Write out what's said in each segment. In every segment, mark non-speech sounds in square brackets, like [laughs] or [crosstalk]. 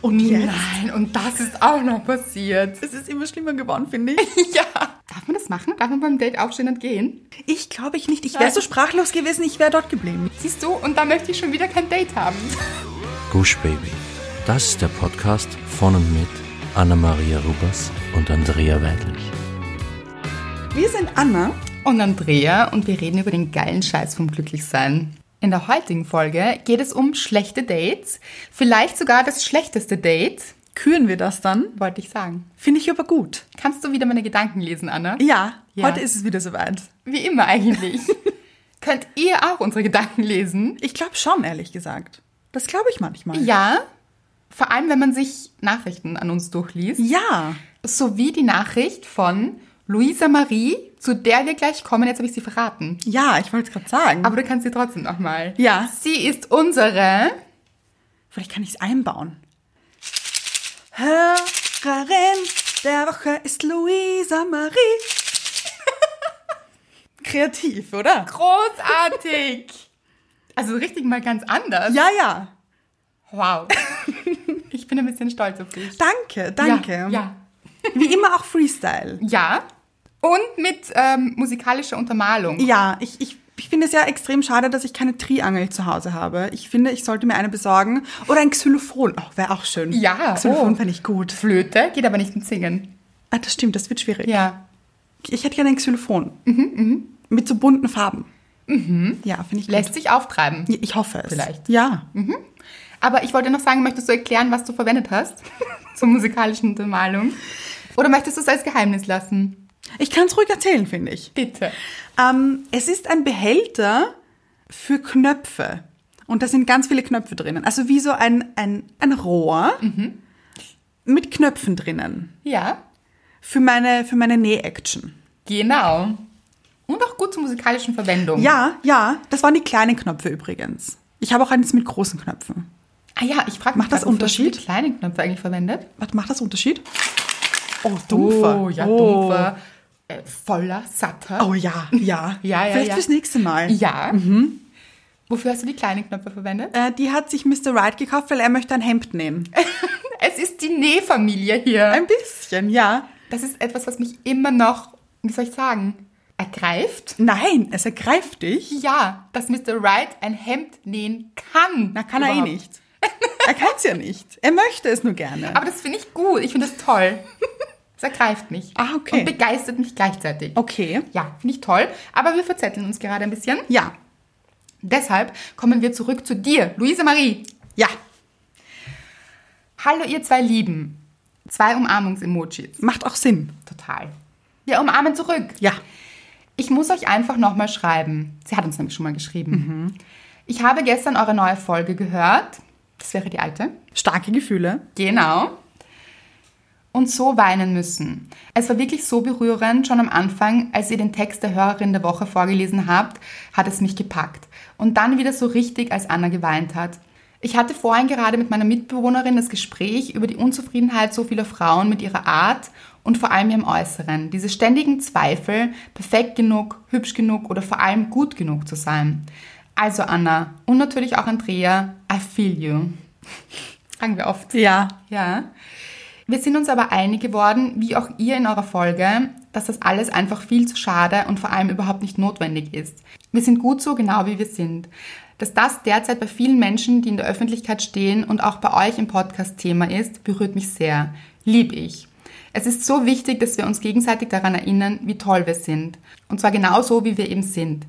Oh nein, und das ist auch noch passiert. Es ist immer schlimmer geworden, finde ich. ja. Darf man das machen? Darf man beim Date aufstehen und gehen? [laughs] Ich glaube ich nicht. Ich wäre so sprachlos gewesen, ich wäre dort geblieben. Siehst du, und da möchte ich schon wieder kein Date haben. Gush Baby. Das ist der Podcast von und mit Anna-Maria Rubers und Andrea Weidlich. Wir sind Anna. Und Andrea, und wir reden über den geilen Scheiß vom Glücklichsein. In der heutigen Folge geht es um schlechte Dates. Vielleicht sogar das schlechteste Date, Küren wir das dann? wollte ich sagen. Finde ich aber gut. Kannst du wieder meine Gedanken lesen, Anna? Ja, Ja. heute ist es wieder soweit. Wie immer [laughs] eigentlich. Könnt ihr auch unsere Gedanken lesen? Ich glaube schon, ehrlich gesagt. Das glaube ich manchmal. Ja. Vor allem, wenn man sich Nachrichten an uns durchliest. Ja. Sowie die Nachricht von Luisa Marie, zu der wir gleich kommen. Jetzt habe ich sie verraten. Ja, ich wollte es gerade sagen. Aber du kannst sie trotzdem nochmal. Ja. Sie ist unsere. Vielleicht kann ich es einbauen. Hörerin der Woche ist Luisa Marie. [laughs] Kreativ, oder? Großartig! [laughs] Also richtig mal ganz anders. Ja, ja. Wow. [laughs] Ich bin ein bisschen stolz auf dich. Danke, danke. Ja. ja. Wie immer auch Freestyle. Ja. Und mit ähm, musikalischer Untermalung. Ja, ich, ich, ich finde es ja extrem schade, dass ich keine Triangel zu Hause habe. Ich finde, ich sollte mir eine besorgen. Oder ein Xylophon. Oh, wäre auch schön. Ja, Xylophon oh. fände ich gut. Flöte geht aber nicht mit Singen. Ah, das stimmt, das wird schwierig. Ja. Mhm, Ich hätte gerne ein Xylophon. Mit so bunten Farben. Ja, finde ich gut. Lässt sich auftreiben. Ja, Ich hoffe es. Mhm. Vielleicht. Mhm. Ja. Aber ich wollte noch sagen, möchtest du erklären, was du verwendet hast [laughs] zur musikalischen Untermalung? Oder möchtest du es als Geheimnis lassen? Ich kann es ruhig erzählen, finde ich. Bitte. Ähm, es ist ein Behälter für Knöpfe. Und da sind ganz viele Knöpfe drinnen. Also wie so ein, ein, ein Rohr Mhm. mit Knöpfen drinnen. Ja, Für meine, für meine Näh-Action. genau. Und auch gut zur musikalischen Verwendung. Ja, ja, das waren die kleinen Knöpfe übrigens. Ich habe auch eines mit großen Knöpfen. Ah ja, ich frage Macht das Unterschied? Die kleine Knöpfe eigentlich verwendet? Was macht das Unterschied? Oh, dumpfer. Oh, ja, dumpfer. Äh, voller, satter. Oh ja, ja. [laughs] Ja, ja, Vielleicht ja. fürs nächste Mal. Ja. Mhm. Wofür hast du die kleinen Knöpfe verwendet? [laughs] Äh, die hat sich Mr. Right gekauft, weil er möchte ein Hemd nähen. Es ist die Nähfamilie hier. Ein bisschen, ja. Das ist etwas, was mich immer noch, wie soll ich sagen, ergreift. Nein, es ergreift dich. Ja, dass Mr. Wright ein Hemd nähen kann. Na, kann er eh Überhaupt. nicht. Er kann es ja nicht. Er möchte es nur gerne. Aber das finde ich gut. Ich finde das [laughs] toll. Es ergreift mich. Ah, okay. Und begeistert mich gleichzeitig. okay. Ja, finde ich toll. Aber wir verzetteln uns gerade ein bisschen. Ja, Deshalb kommen wir zurück zu dir, Luise Marie. ja. Hallo, ihr zwei Lieben. Zwei Umarmungs-Emojis. Macht auch Sinn. Total. Wir umarmen zurück. Ja. Ich muss euch einfach nochmal schreiben. Sie hat uns nämlich schon mal Mhm. geschrieben. Ich habe gestern eure neue Folge gehört. Das wäre die alte. Starke Gefühle. Genau. Und so weinen müssen. Es war wirklich so berührend, schon am Anfang, als ihr den Text der Hörerin der Woche vorgelesen habt, hat es mich gepackt. Und dann wieder so richtig, als Anna geweint hat. Ich hatte vorhin gerade mit meiner Mitbewohnerin das Gespräch über die Unzufriedenheit so vieler Frauen mit ihrer Art und vor allem ihrem Äußeren. Diese ständigen Zweifel, perfekt genug, hübsch genug oder vor allem gut genug zu sein. Also Anna und natürlich auch Andrea, I feel you. Sagen wir oft. Ja. Ja. Wir sind uns aber einig geworden, wie auch ihr in eurer Folge, dass das alles einfach viel zu schade und vor allem überhaupt nicht notwendig ist. Wir sind gut so genau, wie wir sind. Dass das derzeit bei vielen Menschen, die in der Öffentlichkeit stehen und auch bei euch im Podcast Thema ist, berührt mich sehr. Lieb ich. Es ist so wichtig, dass wir uns gegenseitig daran erinnern, wie toll wir sind. Und zwar genau so, wie wir eben sind.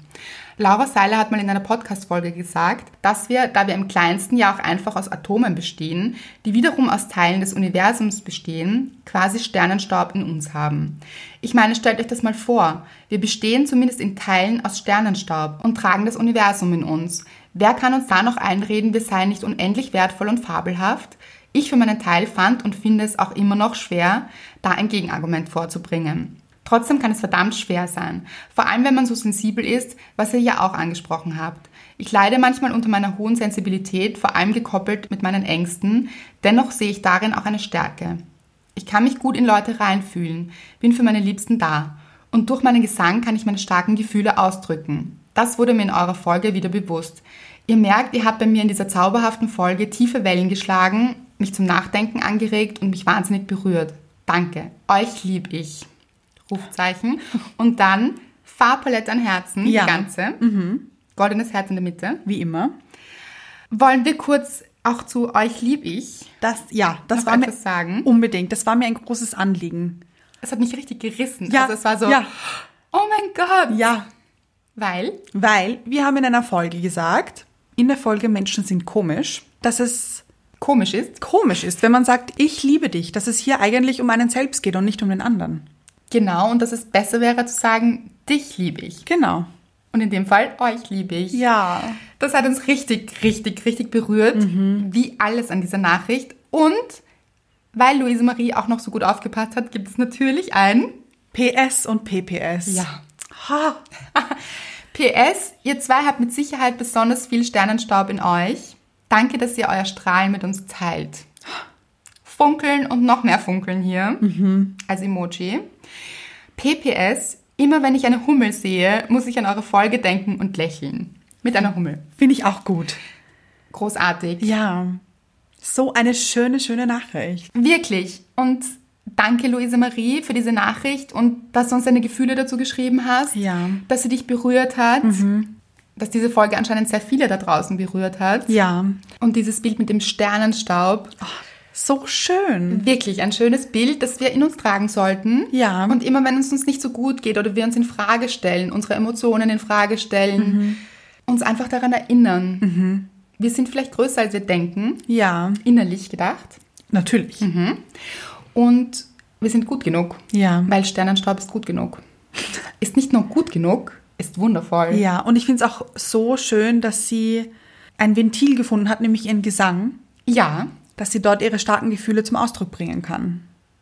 Laura Seiler hat mal in einer Podcast-Folge gesagt, dass wir, da wir im kleinsten ja auch einfach aus Atomen bestehen, die wiederum aus Teilen des Universums bestehen, quasi Sternenstaub in uns haben. Ich meine, stellt euch das mal vor. Wir bestehen zumindest in Teilen aus Sternenstaub und tragen das Universum in uns. Wer kann uns da noch einreden, wir seien nicht unendlich wertvoll und fabelhaft? Ich für meinen Teil fand und finde es auch immer noch schwer, da ein Gegenargument vorzubringen. Trotzdem kann es verdammt schwer sein, vor allem wenn man so sensibel ist, was ihr ja auch angesprochen habt. Ich leide manchmal unter meiner hohen Sensibilität, vor allem gekoppelt mit meinen Ängsten, dennoch sehe ich darin auch eine Stärke. Ich kann mich gut in Leute reinfühlen, bin für meine Liebsten da. Und durch meinen Gesang kann ich meine starken Gefühle ausdrücken. Das wurde mir in eurer Folge wieder bewusst. Ihr merkt, ihr habt bei mir in dieser zauberhaften Folge tiefe Wellen geschlagen mich zum Nachdenken angeregt und mich wahnsinnig berührt. Danke, euch lieb ich. Rufzeichen. Und dann Farbpalette an Herzen, Ja. die ganze. Goldenes Herz in der Mitte. Wie immer. Wollen wir kurz auch zu euch lieb ich? Das, ja, das Noch war mir etwas sagen? unbedingt. Das war mir ein großes Anliegen. Es hat mich richtig gerissen. Ja, Also es war so, ja. oh mein Gott. Ja, Weil, weil wir haben in einer Folge gesagt, in der Folge Menschen sind komisch, dass es komisch ist, komisch ist, wenn man sagt, ich liebe dich, dass es hier eigentlich um einen selbst geht und nicht um den anderen. genau, und dass es besser wäre zu sagen, dich liebe ich. Genau. Und in dem Fall, euch liebe ich. Ja. Das hat uns richtig, richtig, richtig berührt, Mhm. wie alles an dieser Nachricht. Und weil Luise Marie auch noch so gut aufgepasst hat, gibt es natürlich ein PS und PPS. Ja. Ha. PS. Ihr zwei habt mit Sicherheit besonders viel Sternenstaub in euch. Danke, dass ihr euer Strahlen mit uns teilt. Funkeln und noch mehr Funkeln hier als Emoji. PPS. Immer wenn ich eine Hummel sehe, muss ich an eure Folge denken und lächeln. Mit einer Hummel. Finde ich auch gut. Großartig. Ja. So eine schöne, schöne Nachricht. Wirklich. Und danke, Luise Marie, für diese Nachricht und dass du uns deine Gefühle dazu geschrieben hast. Ja. Dass sie dich berührt hat. Dass diese Folge anscheinend sehr viele da draußen berührt hat. Ja. Und dieses Bild mit dem Sternenstaub. So schön. Wirklich ein schönes Bild, das wir in uns tragen sollten. Ja. Und immer wenn es uns nicht so gut geht oder wir uns in Frage stellen, unsere Emotionen in Frage stellen, Mhm. uns einfach daran erinnern. Wir sind vielleicht größer, als wir denken, Ja. innerlich gedacht. Natürlich. Und wir sind gut genug. Ja. Weil Sternenstaub ist gut genug. Ist nicht nur gut genug, ist wundervoll. Ja, und ich finde es auch so schön, dass sie ein Ventil gefunden hat, nämlich ihren Gesang, Ja, dass sie dort ihre starken Gefühle zum Ausdruck bringen kann.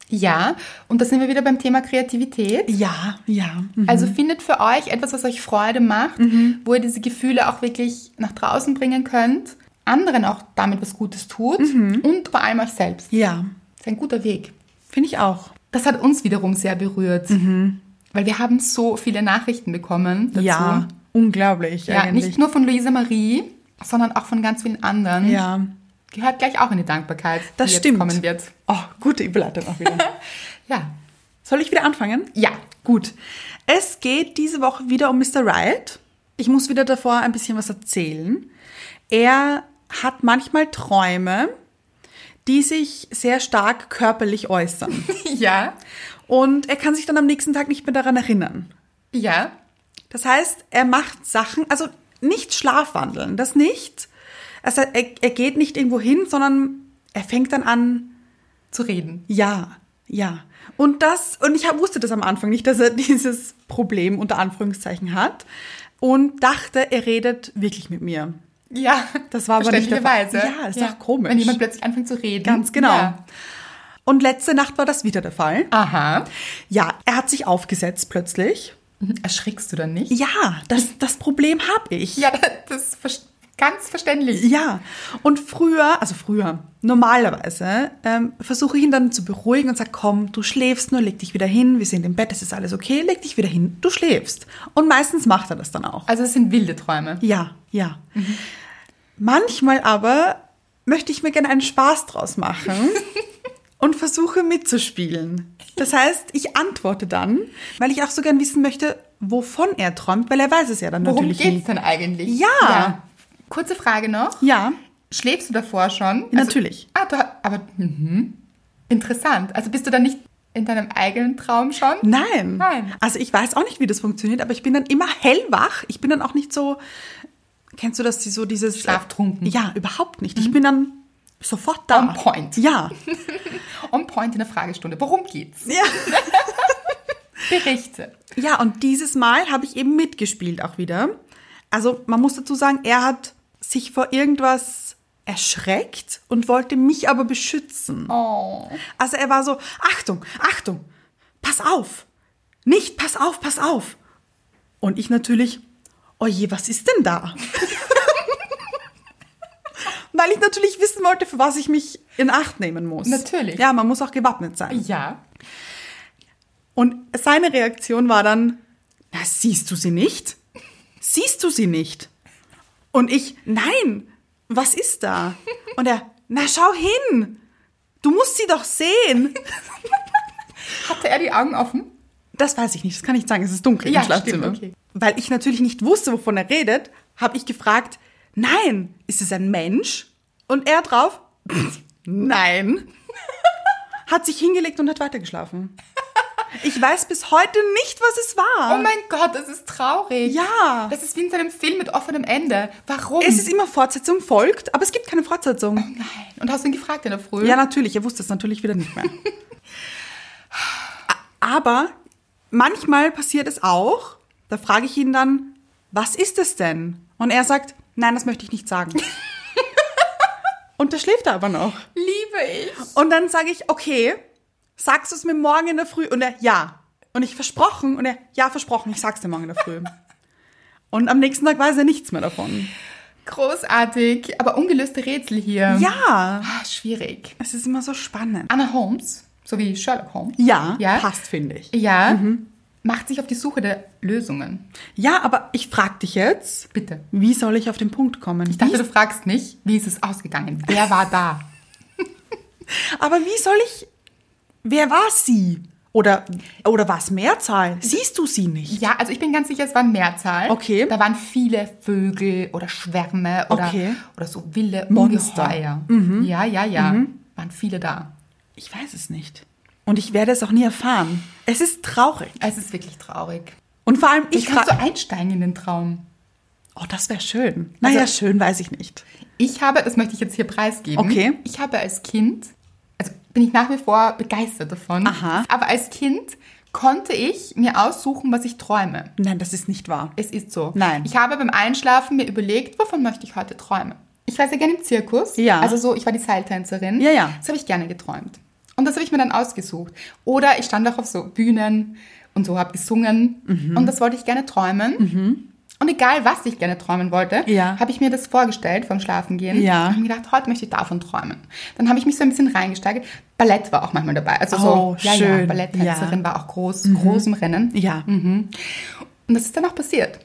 ja. Und da sind wir wieder beim Thema Kreativität. Ja, ja. Also findet für euch etwas, was euch Freude macht, Mhm. wo ihr diese Gefühle auch wirklich nach draußen bringen könnt, anderen auch damit was Gutes tut Mhm. und vor allem euch selbst. Ja, Das ist ein guter Weg. finde ich auch. Das hat uns wiederum sehr berührt, Mhm. weil wir haben so viele Nachrichten bekommen dazu. Ja, unglaublich Ja, eigentlich. nicht nur von Luisa Marie, sondern auch von ganz vielen anderen. ja, Gehört gleich auch in die Dankbarkeit, das die stimmt. jetzt kommen wird. Oh, gute Überleitung auch [laughs] wieder. Ja. Soll ich wieder anfangen? Ja. [laughs] Gut. Es geht diese Woche wieder um Mr. Riot. Ich muss wieder davor ein bisschen was erzählen. Er hat manchmal Träume, die sich sehr stark körperlich äußern. Ja. Und er kann sich dann am nächsten Tag nicht mehr daran erinnern. Ja. Das heißt, er macht Sachen, also nicht schlafwandeln, das nicht. Also er, er geht nicht irgendwo hin, sondern er fängt dann an, Zu reden. ja, ja. Und das, und ich hab- wusste das am Anfang nicht, dass er [laughs] dieses Problem unter Anführungszeichen hat und dachte, er redet wirklich mit mir. Ja. Das war aber nicht der Fall. Weise. Ja, ist doch komisch. Wenn jemand plötzlich anfängt zu reden. Ganz genau. Hm, Ja. Und letzte Nacht war das wieder der Fall. Aha. Ja, er hat sich aufgesetzt plötzlich. Mhm. Erschrickst du dann nicht? Ja, das, das Problem habe ich. Ja, das ist ver- ganz verständlich. Ja, und früher, also früher, normalerweise ähm, versuche ich ihn dann zu beruhigen und sage, komm, du schläfst nur, leg dich wieder hin, wir sind im Bett, es ist alles okay, leg dich wieder hin, du schläfst. Und meistens macht er das dann auch. Also es sind wilde Träume. Ja, ja. Manchmal aber möchte ich mir gerne einen Spaß [laughs] draus machen und versuche mitzuspielen. Das heißt, ich antworte dann, weil ich auch so gern wissen möchte, wovon er träumt, weil er weiß es ja dann Worum natürlich geht's nie. denn eigentlich? Ja. Kurze Frage noch. Ja, Schläfst du davor schon? Also- Natürlich. Ah, du, aber mhm. interessant. Also bist du dann nicht in deinem eigenen Traum schon? Nein. Nein. Also ich weiß auch nicht, wie das funktioniert, aber ich bin dann immer hellwach. Ich bin dann auch nicht so. Kennst du das, die so dieses. Schlaftrunken. Mhm. Ja, überhaupt nicht. Ich bin dann sofort da. On point. Ja. On point in der Fragestunde. Worum geht's? Ja. [laughs] Berichte. Ja, und dieses Mal habe ich eben mitgespielt auch wieder. Also man muss dazu sagen, er hat sich vor irgendwas erschreckt und wollte mich aber beschützen. Oh. Also er war so, Achtung, Achtung, pass auf, nicht, pass auf, pass auf. Und ich natürlich, oje, was ist denn da? [laughs] Weil ich natürlich wissen wollte, für was ich mich in Acht nehmen muss. Natürlich. Ja, man muss auch gewappnet sein. Ja. Und seine Reaktion war dann, na, siehst du sie nicht? Siehst du sie nicht? Und ich, nein, was ist da? Und er, na, schau hin. Du musst sie doch sehen. Hatte er die Augen offen? Das weiß ich nicht, das kann ich nicht sagen. Es ist dunkel Ja, im Schlafzimmer. stimmt, okay. Weil ich natürlich nicht wusste, wovon er redet, habe ich gefragt, nein, ist es ein Mensch? Und er drauf, [laughs] nein. hat sich hingelegt und hat weitergeschlafen. Ich weiß bis heute nicht, was es war. Oh mein Gott, das ist traurig. Ja. Das ist wie in seinem Film mit offenem Ende. Warum? es ist immer Fortsetzung folgt, aber es gibt keine Fortsetzung. Nein. Und hast du ihn gefragt in der Früh? Ja, natürlich, er wusste es natürlich wieder nicht mehr. A- Aber manchmal passiert es auch, da frage ich ihn dann, was ist es denn? Und er sagt, nein, das möchte ich nicht sagen. Und da schläft er aber noch. Liebe ich. Und dann sage ich, okay, sagst du es mir morgen in der Früh? Und er, ja. Und ich, versprochen? Und er, ja, versprochen, ich sag's dir morgen in der Früh. Und am nächsten Tag weiß er nichts mehr davon. Großartig. Aber ungelöste Rätsel hier. Ja, Ah, schwierig. es ist immer so spannend. Anna Holmes, so wie Sherlock Holmes. Ja, Ja. passt, Mhm. finde ich. Ja. Macht sich auf die Suche der Lösungen. Ja, aber ich frag dich jetzt, Bitte. wie soll ich auf den Punkt kommen? Ich dachte, du fragst mich, wie ist es ausgegangen? Wer war da? aber wie soll ich, wer war sie? Oder, oder war es Mehrzahl? Siehst du sie nicht? Ja, also ich bin ganz sicher, es waren Mehrzahl. Okay. Da waren viele Vögel oder Schwärme oder, Okay. oder so wilde Monster. Mhm. Ungeheuer. Ja, ja, ja. Waren viele da. Ich weiß es nicht. Und ich werde es auch nie erfahren. Es ist traurig. Es ist wirklich traurig. Und vor allem, Ich ich kannst du frage... einsteigen in den Traum. Oh, das wäre schön. Naja, Also- schön weiß ich nicht. Ich habe, das möchte ich jetzt hier preisgeben. Okay. Ich habe als Kind, also bin ich nach wie vor begeistert davon. Aha. Aber als Kind konnte ich mir aussuchen, was ich träume. Nein, das ist nicht wahr. Es ist so. Nein. Ich habe beim Einschlafen mir überlegt, wovon möchte ich heute träumen. Ich war sehr gerne im Zirkus. Ja. Also so, ich war die Seiltänzerin. Ja, ja. Das habe ich gerne geträumt. Und das habe ich mir dann ausgesucht. Oder ich stand auch auf so Bühnen und so, habe gesungen. Mhm. Und das wollte ich gerne träumen. Und egal, was ich gerne träumen wollte, Ja. habe ich mir das vorgestellt vom Schlafengehen. Ja. Und habe mir gedacht, heute möchte ich davon träumen. Dann habe ich mich so ein bisschen reingesteigert. Ballett war auch manchmal dabei. Also Oh, so, ja, ja, schön. Mhm. Balletttänzerin war auch groß, groß im Rennen. Ja. Und das ist dann auch passiert.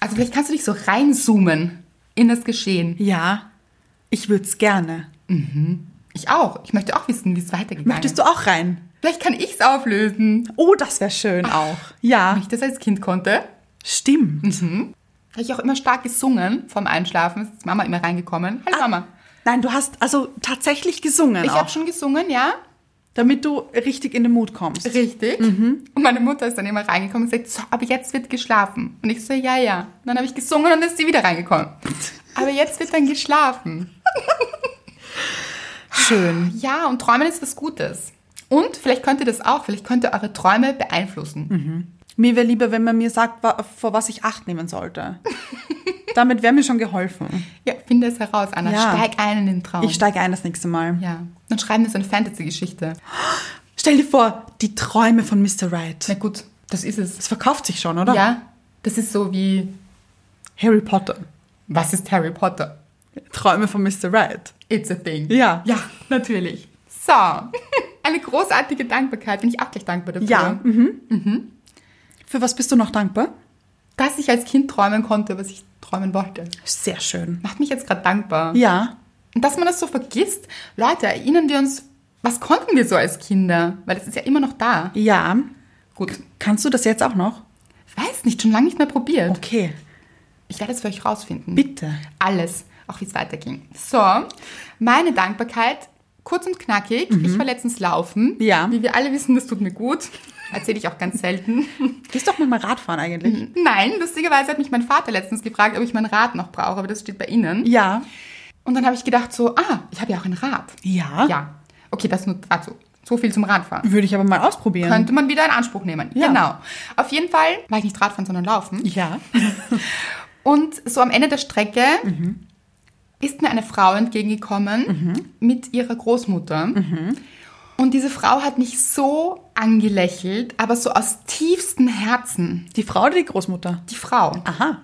Also vielleicht kannst du dich so reinzoomen in das Geschehen. Ja, ich würde es gerne. Ich auch. Ich möchte auch wissen, wie es weitergegangen Möchtest du auch rein? Vielleicht kann ich es auflösen. Oh, das wäre schön auch. Ja, Wenn ich das als Kind konnte, stimmt. habe ich auch immer stark gesungen vorm Einschlafen. Ist Mama immer reingekommen. Hallo Mama. Nein, du hast also tatsächlich gesungen Ich Ah, auch, habe schon gesungen, ja. damit du richtig in den Mut kommst. Richtig. Mhm. Und meine Mutter ist dann immer reingekommen und sagt, so, aber jetzt wird geschlafen. Und ich so, ja, ja. Und dann habe ich gesungen und ist sie wieder [laughs] reingekommen. Aber jetzt wird dann geschlafen. Schön. Ja, und Träumen ist was Gutes. Und vielleicht könnt ihr das auch, vielleicht könnt ihr eure Träume beeinflussen. Mir wäre lieber, wenn man mir sagt, wa- vor was ich Acht nehmen [laughs] sollte. Damit wäre mir schon geholfen. Ja, finde es heraus, Anna. Ja. Steig ein in den Traum. Ich steige ein das nächste Mal. ja. Dann schreiben wir so eine Fantasy-Geschichte. Stell dir vor, die Träume von Mr. Wright. Na gut, das ist es. Das verkauft sich schon, oder? Ja, das ist so wie, Harry Potter. was ist Harry Potter? Träume von Mr. Wright. It's a thing. Ja. Ja, natürlich. So, [laughs] eine großartige Dankbarkeit. Bin ich auch gleich dankbar dafür. Ja. Mhm. Für was bist du noch dankbar? Dass ich als Kind träumen konnte, was ich träumen wollte. Sehr schön. Macht mich jetzt gerade dankbar. Ja. Und dass man das so vergisst, Leute, erinnern wir uns, was konnten wir so als Kinder? Weil es ist ja immer noch da. Ja. Gut. Kannst du das jetzt auch noch? Ich weiß nicht, schon lange nicht mehr probiert. Okay. Ich werde es für euch rausfinden. Bitte. Alles, auch wie es weiterging. So, meine Dankbarkeit, kurz und knackig. Ich war letztens laufen. Mhm. Ja. Wie wir alle wissen, das tut mir gut. Erzähle ich auch ganz [laughs] selten. Gehst doch mal Radfahren eigentlich. Nein, lustigerweise hat mich mein Vater letztens gefragt, ob ich mein Rad noch brauche, aber das steht bei Ihnen. Ja. Und dann habe ich gedacht so, ah, ich habe ja auch ein Rad. Ja. Ja. Okay, das nur dazu. So viel zum Radfahren. Würde ich aber mal ausprobieren. Könnte man wieder in Anspruch nehmen. Ja. Genau. Auf jeden Fall war ich nicht Radfahren, sondern Laufen. ja. Und so am Ende der Strecke ist mir eine Frau entgegengekommen mit ihrer Großmutter. Und diese Frau hat mich so angelächelt, aber so aus tiefstem Herzen. Die Frau oder die Großmutter? Die Frau. Aha.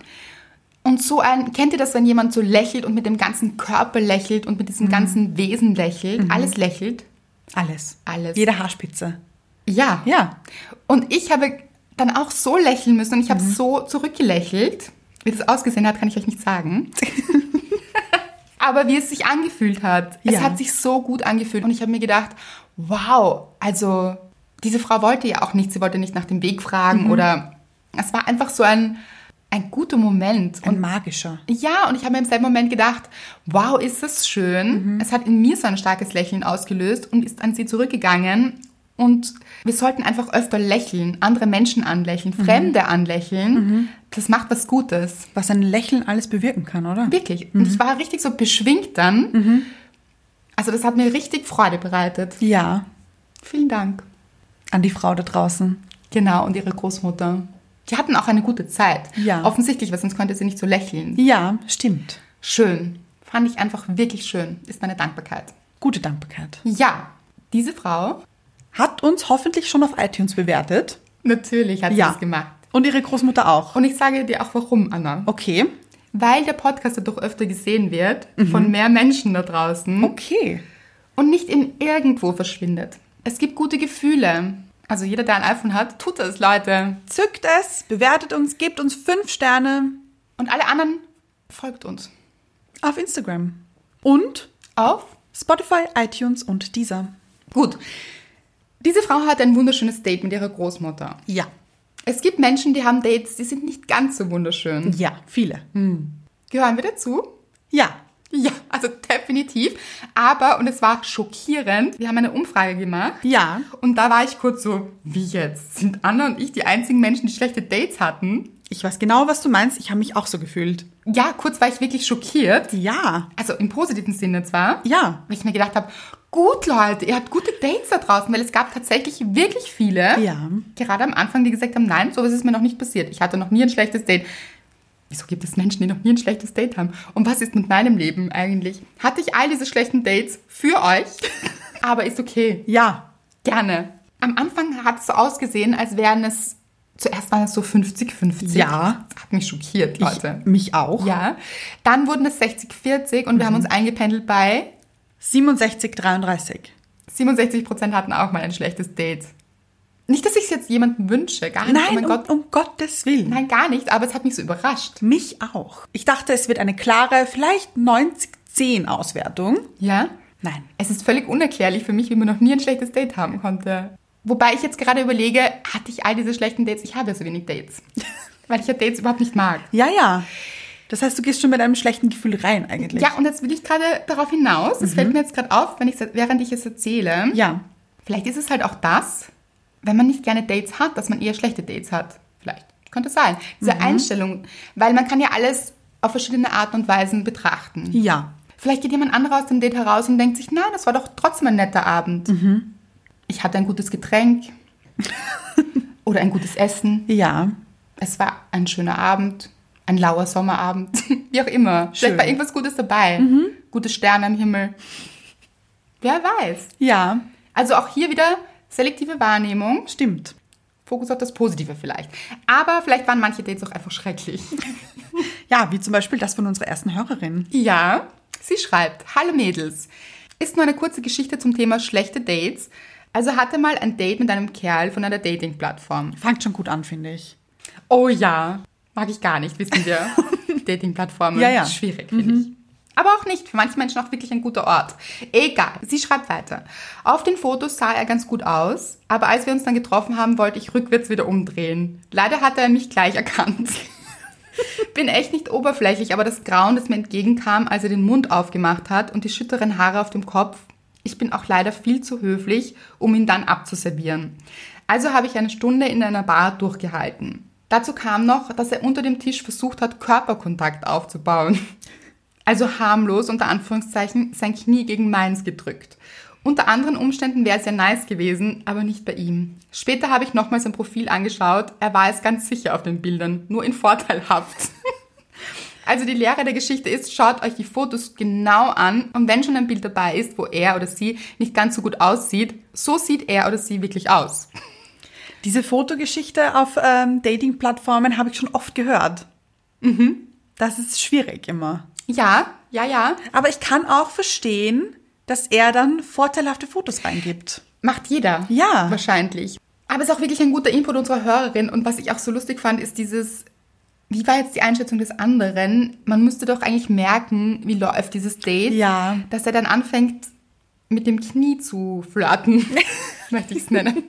Und so ein, kennt ihr das, wenn jemand so lächelt und mit dem ganzen Körper lächelt und mit diesem ganzen Wesen lächelt? Alles lächelt. Alles. Alles. Jede Haarspitze. Ja. Ja. Und ich habe dann auch so lächeln müssen und ich habe so zurückgelächelt. Wie das ausgesehen hat, kann ich euch nicht sagen. aber wie es sich angefühlt hat. Ja. Es hat sich so gut angefühlt und ich habe mir gedacht, wow, also diese Frau wollte ja auch nichts, sie wollte nicht nach dem Weg fragen oder es war einfach so ein, ein guter Moment. Ein magischer. Ja, und ich habe mir im selben Moment gedacht, wow, ist das schön. Es hat in mir so ein starkes Lächeln ausgelöst und ist an sie zurückgegangen. Und wir sollten einfach öfter lächeln, andere Menschen anlächeln, Fremde anlächeln. Das macht was Gutes. Was ein Lächeln alles bewirken kann, oder? Wirklich. Und ich war richtig so beschwingt dann. Also das hat mir richtig Freude bereitet. Ja, Vielen Dank. an die Frau da draußen. Genau, und ihre Großmutter. Die hatten auch eine gute Zeit. Ja. Offensichtlich, weil sonst konnte sie nicht so lächeln. Ja, stimmt. Schön. Fand ich einfach wirklich schön. Ist meine Dankbarkeit. Gute Dankbarkeit. Ja, diese Frau, Hat uns hoffentlich schon auf iTunes bewertet. natürlich hat sie das gemacht. Und ihre Großmutter auch. Und ich sage dir auch warum, Anna. Okay. Weil der Podcast dadurch öfter gesehen wird von mehr Menschen da draußen Mhm. Okay. und nicht in irgendwo verschwindet. Es gibt gute Gefühle. Also jeder, der ein iPhone hat, tut das, Leute. Zückt es, bewertet uns, gebt uns fünf Sterne Und alle anderen folgt uns. auf Instagram. Und Auf. Spotify, iTunes und dieser. Gut. Diese Frau hat ein wunderschönes Date mit ihrer Großmutter. Ja. Es gibt Menschen, die haben Dates, die sind nicht ganz so wunderschön. Ja, viele. Gehören wir dazu? Ja. Ja, also definitiv. Aber, und es war schockierend, wir haben eine Umfrage gemacht. Ja. Und da war ich kurz so, wie jetzt? Sind Anna und ich die einzigen Menschen, die schlechte Dates hatten? Ich weiß genau, was du meinst. Ich habe mich auch so gefühlt. Ja, kurz war ich wirklich schockiert. Ja. Also im positiven Sinne zwar. Ja. Weil ich mir gedacht habe, gut Leute, ihr habt gute Dates da draußen, weil es gab tatsächlich wirklich viele. Ja. Gerade am Anfang, die gesagt haben, nein, sowas ist mir noch nicht passiert. Ich hatte noch nie ein schlechtes Date. Wieso gibt es Menschen, die noch nie ein schlechtes Date haben? Und was ist mit meinem Leben eigentlich? Hatte ich all diese schlechten Dates für [laughs] euch? Aber ist okay. Ja. Gerne. Am Anfang hat es so ausgesehen, als wären es, zuerst waren es so 50-50. Ja. Hat mich schockiert, Leute. Mich auch. ja. Dann wurden es 60-40 und wir Mhm. haben uns eingependelt bei 67, 33. 67 Prozent hatten auch mal ein schlechtes Date. Nicht, dass ich es jetzt jemandem wünsche, gar nicht. oh Nein, mein um, Gott. um Gottes Willen. Nein, gar nicht, aber es hat mich so überrascht. Mich auch. Ich dachte, es wird eine klare, vielleicht 90-10 Auswertung. Ja? Nein. Es ist völlig unerklärlich für mich, wie man noch nie ein schlechtes Date haben konnte. Wobei ich jetzt gerade überlege, hatte ich all diese schlechten Dates? Ich habe ja so wenig Dates. Weil ich ja Dates überhaupt nicht mag. Ja, ja. Das heißt, du gehst schon mit einem schlechten Gefühl rein eigentlich. Ja, und jetzt will ich gerade darauf hinaus. Es fällt mir jetzt gerade auf, wenn ich, während ich es erzähle. Ja. Vielleicht ist es halt auch das, wenn man nicht gerne Dates hat, dass man eher schlechte Dates hat. Vielleicht. Könnte sein. Diese Mhm. Einstellung. Weil man kann ja alles auf verschiedene Arten und Weisen betrachten. Ja. Vielleicht geht jemand anderer aus dem Date heraus und denkt sich, nein, das war doch trotzdem ein netter Abend. Mhm. Ich hatte ein gutes [laughs] Getränk oder ein gutes Essen. Ja. Es war ein schöner Abend, ein lauer Sommerabend, [laughs] wie auch immer. Schön. Mhm. Vielleicht war irgendwas Gutes dabei. Gute Sterne am Himmel. Wer weiß. Ja. Also auch hier wieder selektive Wahrnehmung. Stimmt. Fokus auf das Positive vielleicht. Aber vielleicht waren manche Dates auch einfach schrecklich. [laughs] Ja, wie zum Beispiel das von unserer ersten Hörerin. Ja, sie schreibt, Hallo Mädels, ist nur eine kurze Geschichte zum Thema schlechte Dates. Also hatte mal ein Date mit einem Kerl von einer Dating-Plattform. Fangt schon gut an, finde ich. Oh ja, mag ich gar nicht, wissen [laughs] wir. Dating-Plattformen, Ja, Mhm. ja. schwierig, finde ich. Aber auch nicht, für manche Menschen auch wirklich ein guter Ort. Egal, sie schreibt weiter. Auf den Fotos sah er ganz gut aus, aber als wir uns dann getroffen haben, wollte ich rückwärts wieder umdrehen. Leider hat er mich gleich erkannt. Bin echt nicht oberflächlich, aber das Grauen, das mir entgegenkam, als er den Mund aufgemacht hat und die schütteren Haare auf dem Kopf. Ich bin auch leider viel zu höflich, um ihn dann abzuservieren. Also habe ich eine Stunde in einer Bar durchgehalten. Dazu kam noch, dass er unter dem Tisch versucht hat, Körperkontakt aufzubauen. Also harmlos, unter Anführungszeichen, sein Knie gegen meins gedrückt. Unter anderen Umständen wäre es ja nice gewesen, aber nicht bei ihm. Später habe ich nochmal sein Profil angeschaut. Er war es ganz sicher auf den Bildern, nur in vorteilhaft. Also die Lehre der Geschichte ist, schaut euch die Fotos genau an und wenn schon ein Bild dabei ist, wo er oder sie nicht ganz so gut aussieht, so sieht er oder sie wirklich aus. Diese Fotogeschichte auf ähm, Dating-Plattformen habe ich schon oft gehört. Mhm. Das ist schwierig immer. Ja, ja, ja. Aber ich kann auch verstehen, dass er dann vorteilhafte Fotos reingibt. Macht jeder. Ja. Wahrscheinlich. Aber es ist auch wirklich ein guter Input unserer Hörerin. Und was ich auch so lustig fand, ist dieses, Wie war jetzt die Einschätzung des anderen? Man müsste doch eigentlich merken, wie läuft dieses Date, Ja. dass er dann anfängt, mit dem Knie zu [laughs] flirten, möchte ich es nennen.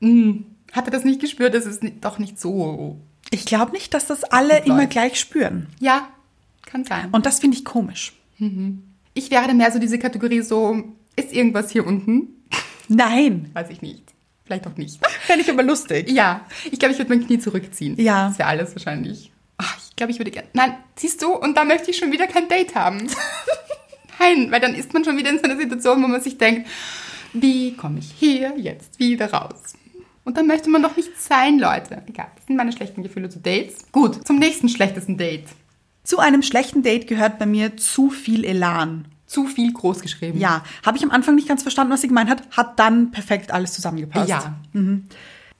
Hm. Hat er das nicht gespürt? Das ist ni- doch nicht so. Ich glaube nicht, dass das alle Gut immer läuft. gleich spüren. Ja, kann sein. Und das finde ich komisch. ich wäre dann mehr so diese Kategorie so, ist irgendwas hier unten? Nein. Weiß ich nicht. Vielleicht auch nicht. [laughs] Fände ich aber lustig. Ja, ich glaube, ich würde mein Knie zurückziehen. Ja. Das wäre alles wahrscheinlich. Ach, ich glaube, ich würde gerne. Nein, siehst du, und da möchte ich schon wieder kein Date [laughs] haben. Nein, weil dann ist man schon wieder in so einer Situation, wo man sich denkt, wie komme ich hier jetzt wieder raus? Und dann möchte man doch nicht sein, Leute. Egal, das sind meine schlechten Gefühle zu Dates. Gut, zum nächsten schlechtesten Date. Zu einem schlechten Date gehört bei mir zu viel Elan. Zu viel groß geschrieben. Ja, habe ich am Anfang nicht ganz verstanden, was sie gemeint hat, hat dann perfekt alles zusammengepasst. Ja.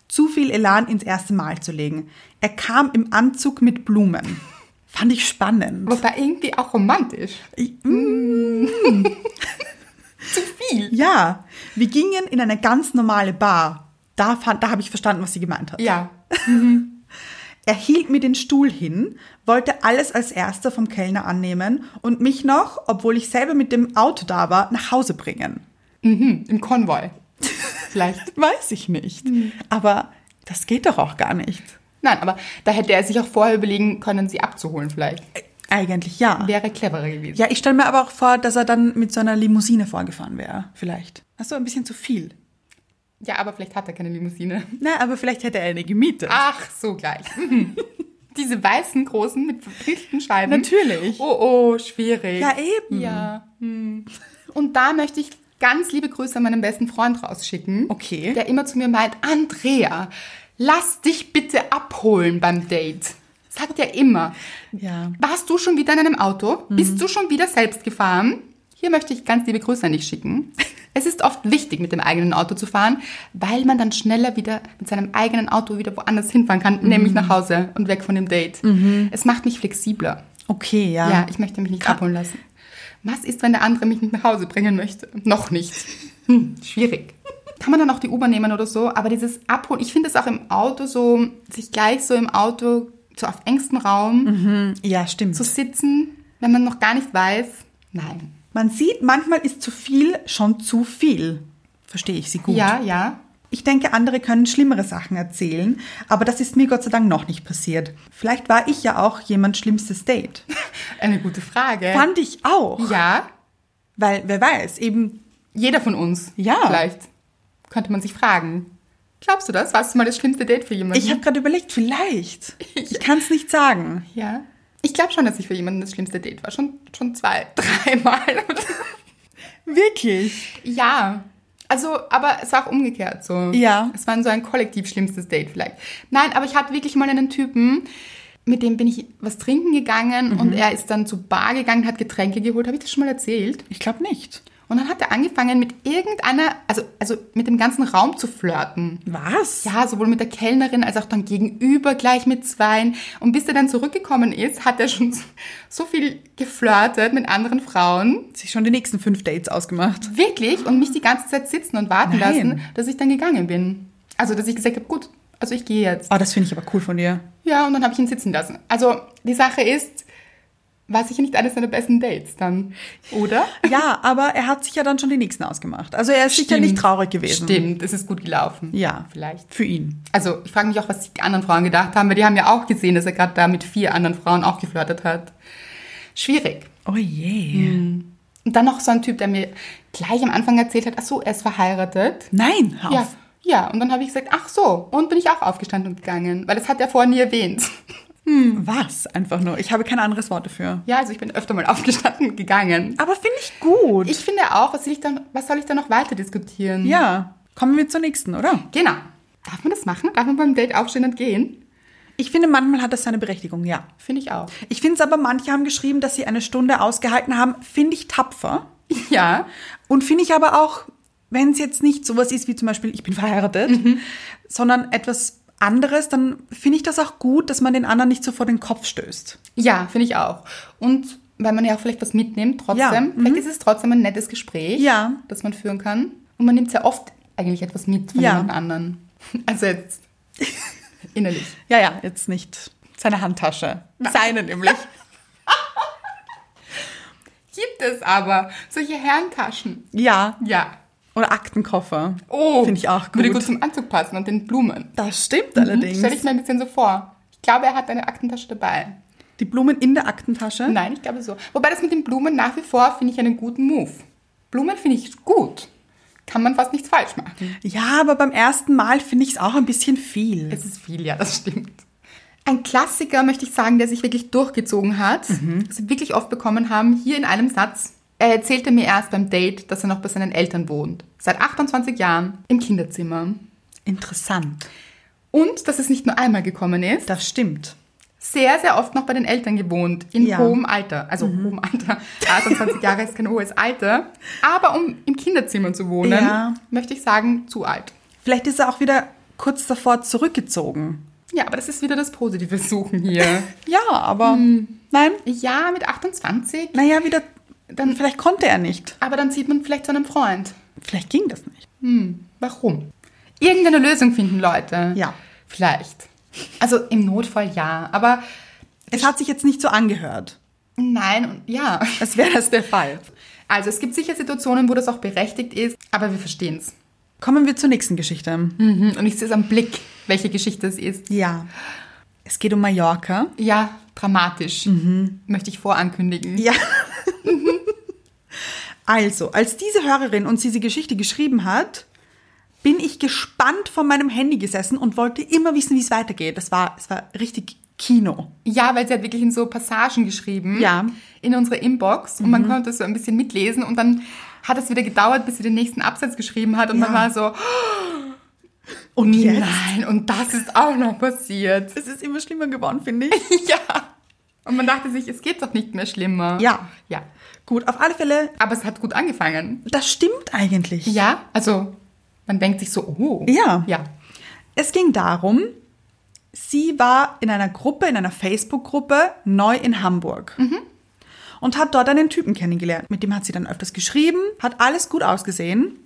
Zu viel Elan ins erste Mal zu legen. Er kam im Anzug mit Blumen. Fand ich spannend. Aber war irgendwie auch romantisch. Ich- Zu viel. Ja, wir gingen in eine ganz normale Bar. Da, fand- da habe ich verstanden, was sie gemeint hat. Ja. Er hielt mir den Stuhl hin, wollte alles als erster vom Kellner annehmen und mich noch, obwohl ich selber mit dem Auto da war, nach Hause bringen. Mhm. Im Konvoi. [laughs] Vielleicht. Weiß ich nicht. Aber das geht doch auch gar nicht. Nein, aber da hätte er sich auch vorher überlegen können, sie abzuholen vielleicht. Eigentlich ja. Wäre cleverer gewesen. Ja, ich stelle mir aber auch vor, dass er dann mit so einer Limousine vorgefahren wäre, vielleicht. Hast du ein bisschen zu viel? Ja, aber vielleicht hat er keine Limousine. Na, aber vielleicht hätte er eine gemietet. Ach, so gleich. [laughs] Mhm. Diese weißen, großen mit verpixelten Scheiben. Natürlich. Oh, oh, schwierig. Ja, eben. Ja. hm. Und da möchte ich ganz liebe Grüße an meinen besten Freund rausschicken. Okay. Der immer zu mir meint, Andrea, lass dich bitte abholen beim Date. Sagt er immer. Ja. Warst du schon wieder in einem Auto? Bist du schon wieder selbst gefahren? Hier möchte ich ganz liebe Grüße an dich schicken. Es ist oft wichtig, mit dem eigenen Auto zu fahren, weil man dann schneller wieder mit seinem eigenen Auto wieder woanders hinfahren kann, nämlich nach Hause und weg von dem Date. Es macht mich flexibler. Okay, ja. Ja, ich möchte mich nicht abholen lassen. Was ist, wenn der andere mich nicht nach Hause bringen möchte? Noch [laughs] nicht. Hm, schwierig. Kann man dann auch die U-Bahn nehmen oder so, aber dieses Abholen, ich finde es auch im Auto so, sich gleich so im Auto, so auf engstem Raum, Mhm. Hm, ja, stimmt. zu sitzen, wenn man noch gar nicht weiß, nein. Man sieht, manchmal ist zu viel schon zu viel. Verstehe ich sie gut. Ja, ja. Ich denke, andere können schlimmere Sachen erzählen, aber das ist mir Gott sei Dank noch nicht passiert. Vielleicht war ich ja auch jemand schlimmstes Date. Eine gute Frage. Fand ich auch, ja, weil wer weiß, eben jeder von uns. Ja. Vielleicht. Könnte man sich fragen. Glaubst du das? Warst du mal das schlimmste Date für jemanden? ich habe gerade überlegt, vielleicht. Ich kann es nicht sagen. Ja. Ich glaube schon, dass ich für jemanden das schlimmste Date war. Schon, schon zwei, [laughs] dreimal. Wirklich? ja. Also, aber es war auch umgekehrt so. Ja. Es war so ein kollektiv schlimmstes Date vielleicht. Nein, aber ich hatte wirklich mal einen Typen, mit dem bin ich was trinken gegangen und er ist dann zur Bar gegangen, hat Getränke geholt. Habe ich das schon mal erzählt? Ich glaube nicht. Und dann hat er angefangen mit irgendeiner, also, also mit dem ganzen Raum zu flirten. Was? Ja, sowohl mit der Kellnerin als auch dann gegenüber gleich mit Zweien. Und bis er dann zurückgekommen ist, hat er schon [laughs] so- so viel geflirtet mit anderen Frauen. Sich schon die nächsten fünf Dates ausgemacht. Wirklich. Und mich die ganze Zeit sitzen und warten Nein. lassen, dass ich dann gegangen bin. Also, dass ich gesagt habe, gut, also ich gehe jetzt. Oh, das finde ich aber cool von dir. Ja, und dann habe ich ihn sitzen lassen. Also, die Sache ist, war sicher nicht eines seiner besten Dates dann, oder? Ja, aber er hat sich ja dann schon die nächsten ausgemacht. Also er ist sicher Stimmt. nicht traurig gewesen. Stimmt, es ist gut gelaufen. Ja. Vielleicht. Für ihn. Also ich frage mich auch, was die anderen Frauen gedacht haben, weil die haben ja auch gesehen, dass er gerade da mit vier anderen Frauen auch geflirtet hat. Schwierig. Oh je. Und dann noch so ein Typ, der mir gleich am Anfang erzählt hat, ach so, er ist verheiratet. Nein, hör Ja, auf. ja. Und dann habe ich gesagt, ach so. Und bin ich auch aufgestanden und gegangen, weil das hat er vorher nie erwähnt. [laughs] Was? Einfach nur. Ich habe kein anderes Wort dafür. Ja, also ich bin öfter mal aufgestanden und gegangen. Aber finde ich gut. Ich finde auch, was soll ich dann, was soll ich da noch weiter diskutieren? ja, kommen wir zur nächsten, oder? Genau. Darf man das machen? Darf man beim Date aufstehen und gehen? Ich finde, manchmal hat das seine Berechtigung, ja. Finde ich [laughs] auch. Ich finde es aber, manche haben geschrieben, dass sie eine Stunde ausgehalten haben, finde ich tapfer. Ja. Und finde ich aber auch, wenn es jetzt nicht sowas ist wie zum Beispiel, ich bin verheiratet, sondern etwas anderes, dann finde ich das auch gut, dass man den anderen nicht so vor den Kopf stößt. Ja, finde ich auch. Und weil man ja auch vielleicht was mitnimmt, trotzdem. Ja, mhm. Vielleicht ist es trotzdem ein nettes Gespräch, Ja. das man führen kann. Und man nimmt sehr oft eigentlich etwas mit von [laughs] Ja. [laughs] jemand anderen. Also jetzt innerlich. Ja, ja, jetzt nicht Seine Handtasche. Seine nämlich. Gibt es aber solche Herrentaschen. Ja. Ja. Oder Aktenkoffer. Oh. Finde ich auch gut. Würde gut zum Anzug passen und den Blumen. Das stimmt Stelle ich mir ein bisschen so vor. Ich glaube, er hat eine Aktentasche dabei. Die Blumen in der Aktentasche? Nein, ich glaube so. Wobei das mit den Blumen nach wie vor finde ich einen guten Move. Blumen finde ich gut. Kann man fast nichts falsch machen. Ja, aber beim ersten Mal finde ich es auch ein bisschen viel. Es ist viel, ja, das stimmt. Ein Klassiker, möchte ich sagen, der sich wirklich durchgezogen hat, das wir wirklich oft bekommen haben, hier in einem Satz. Er erzählte mir erst beim Date, dass er noch bei seinen Eltern wohnt. Seit 28 Jahren im Kinderzimmer. Interessant. Und dass es nicht nur einmal gekommen ist. Das stimmt. sehr, sehr oft noch bei den Eltern gewohnt, in Ja. hohem Alter. Also hohem Alter. 28 Jahre ist kein hohes Alter. Aber um im Kinderzimmer zu wohnen, Ja. möchte ich sagen, zu alt. Vielleicht ist er auch wieder kurz davor zurückgezogen. Ja, aber das ist wieder das positive Suchen [laughs] hier. Ja, aber nein. ja, mit 28. Naja, wieder, dann vielleicht konnte er nicht. Aber dann sieht man vielleicht zu einem Freund. Vielleicht ging das nicht. Hm, warum? Irgendeine Lösung finden, Leute. Ja. Vielleicht. Also im Notfall ja, aber Es hat sich jetzt nicht so angehört. nein und ja. Als wäre das der Fall. Also es gibt sicher Situationen, wo das auch berechtigt ist, aber wir verstehen es. Kommen wir zur nächsten Geschichte. Mhm, und ich sehe es am Blick, welche Geschichte es ist. Ja. Es geht um Mallorca. Ja, dramatisch. Mhm. Möchte ich vorankündigen. Ja. also, als diese Hörerin uns diese Geschichte geschrieben hat, bin ich gespannt vor meinem Handy gesessen und wollte immer wissen, wie es weitergeht. Das war, es war richtig Kino. Ja, weil sie hat wirklich in so Passagen geschrieben. Ja. Mhm. In unsere Inbox. Und man konnte so ein bisschen mitlesen. Und dann hat es wieder gedauert, bis sie den nächsten Absatz geschrieben hat. Und man Ja. war so, [gasps] Und nein, und das ist auch noch passiert. Es ist immer schlimmer geworden, finde ich. [laughs] ja. Und man dachte sich, es geht doch nicht mehr schlimmer. Ja. Ja. Gut, auf alle Fälle, Aber es hat gut angefangen. das stimmt eigentlich. Ja. Also, man denkt sich so, oh. Ja. Ja. Es ging darum, sie war in einer Gruppe, in einer Facebook-Gruppe, neu in Hamburg. Mhm. Und hat dort einen Typen kennengelernt. Mit dem hat sie dann öfters geschrieben, hat alles gut ausgesehen.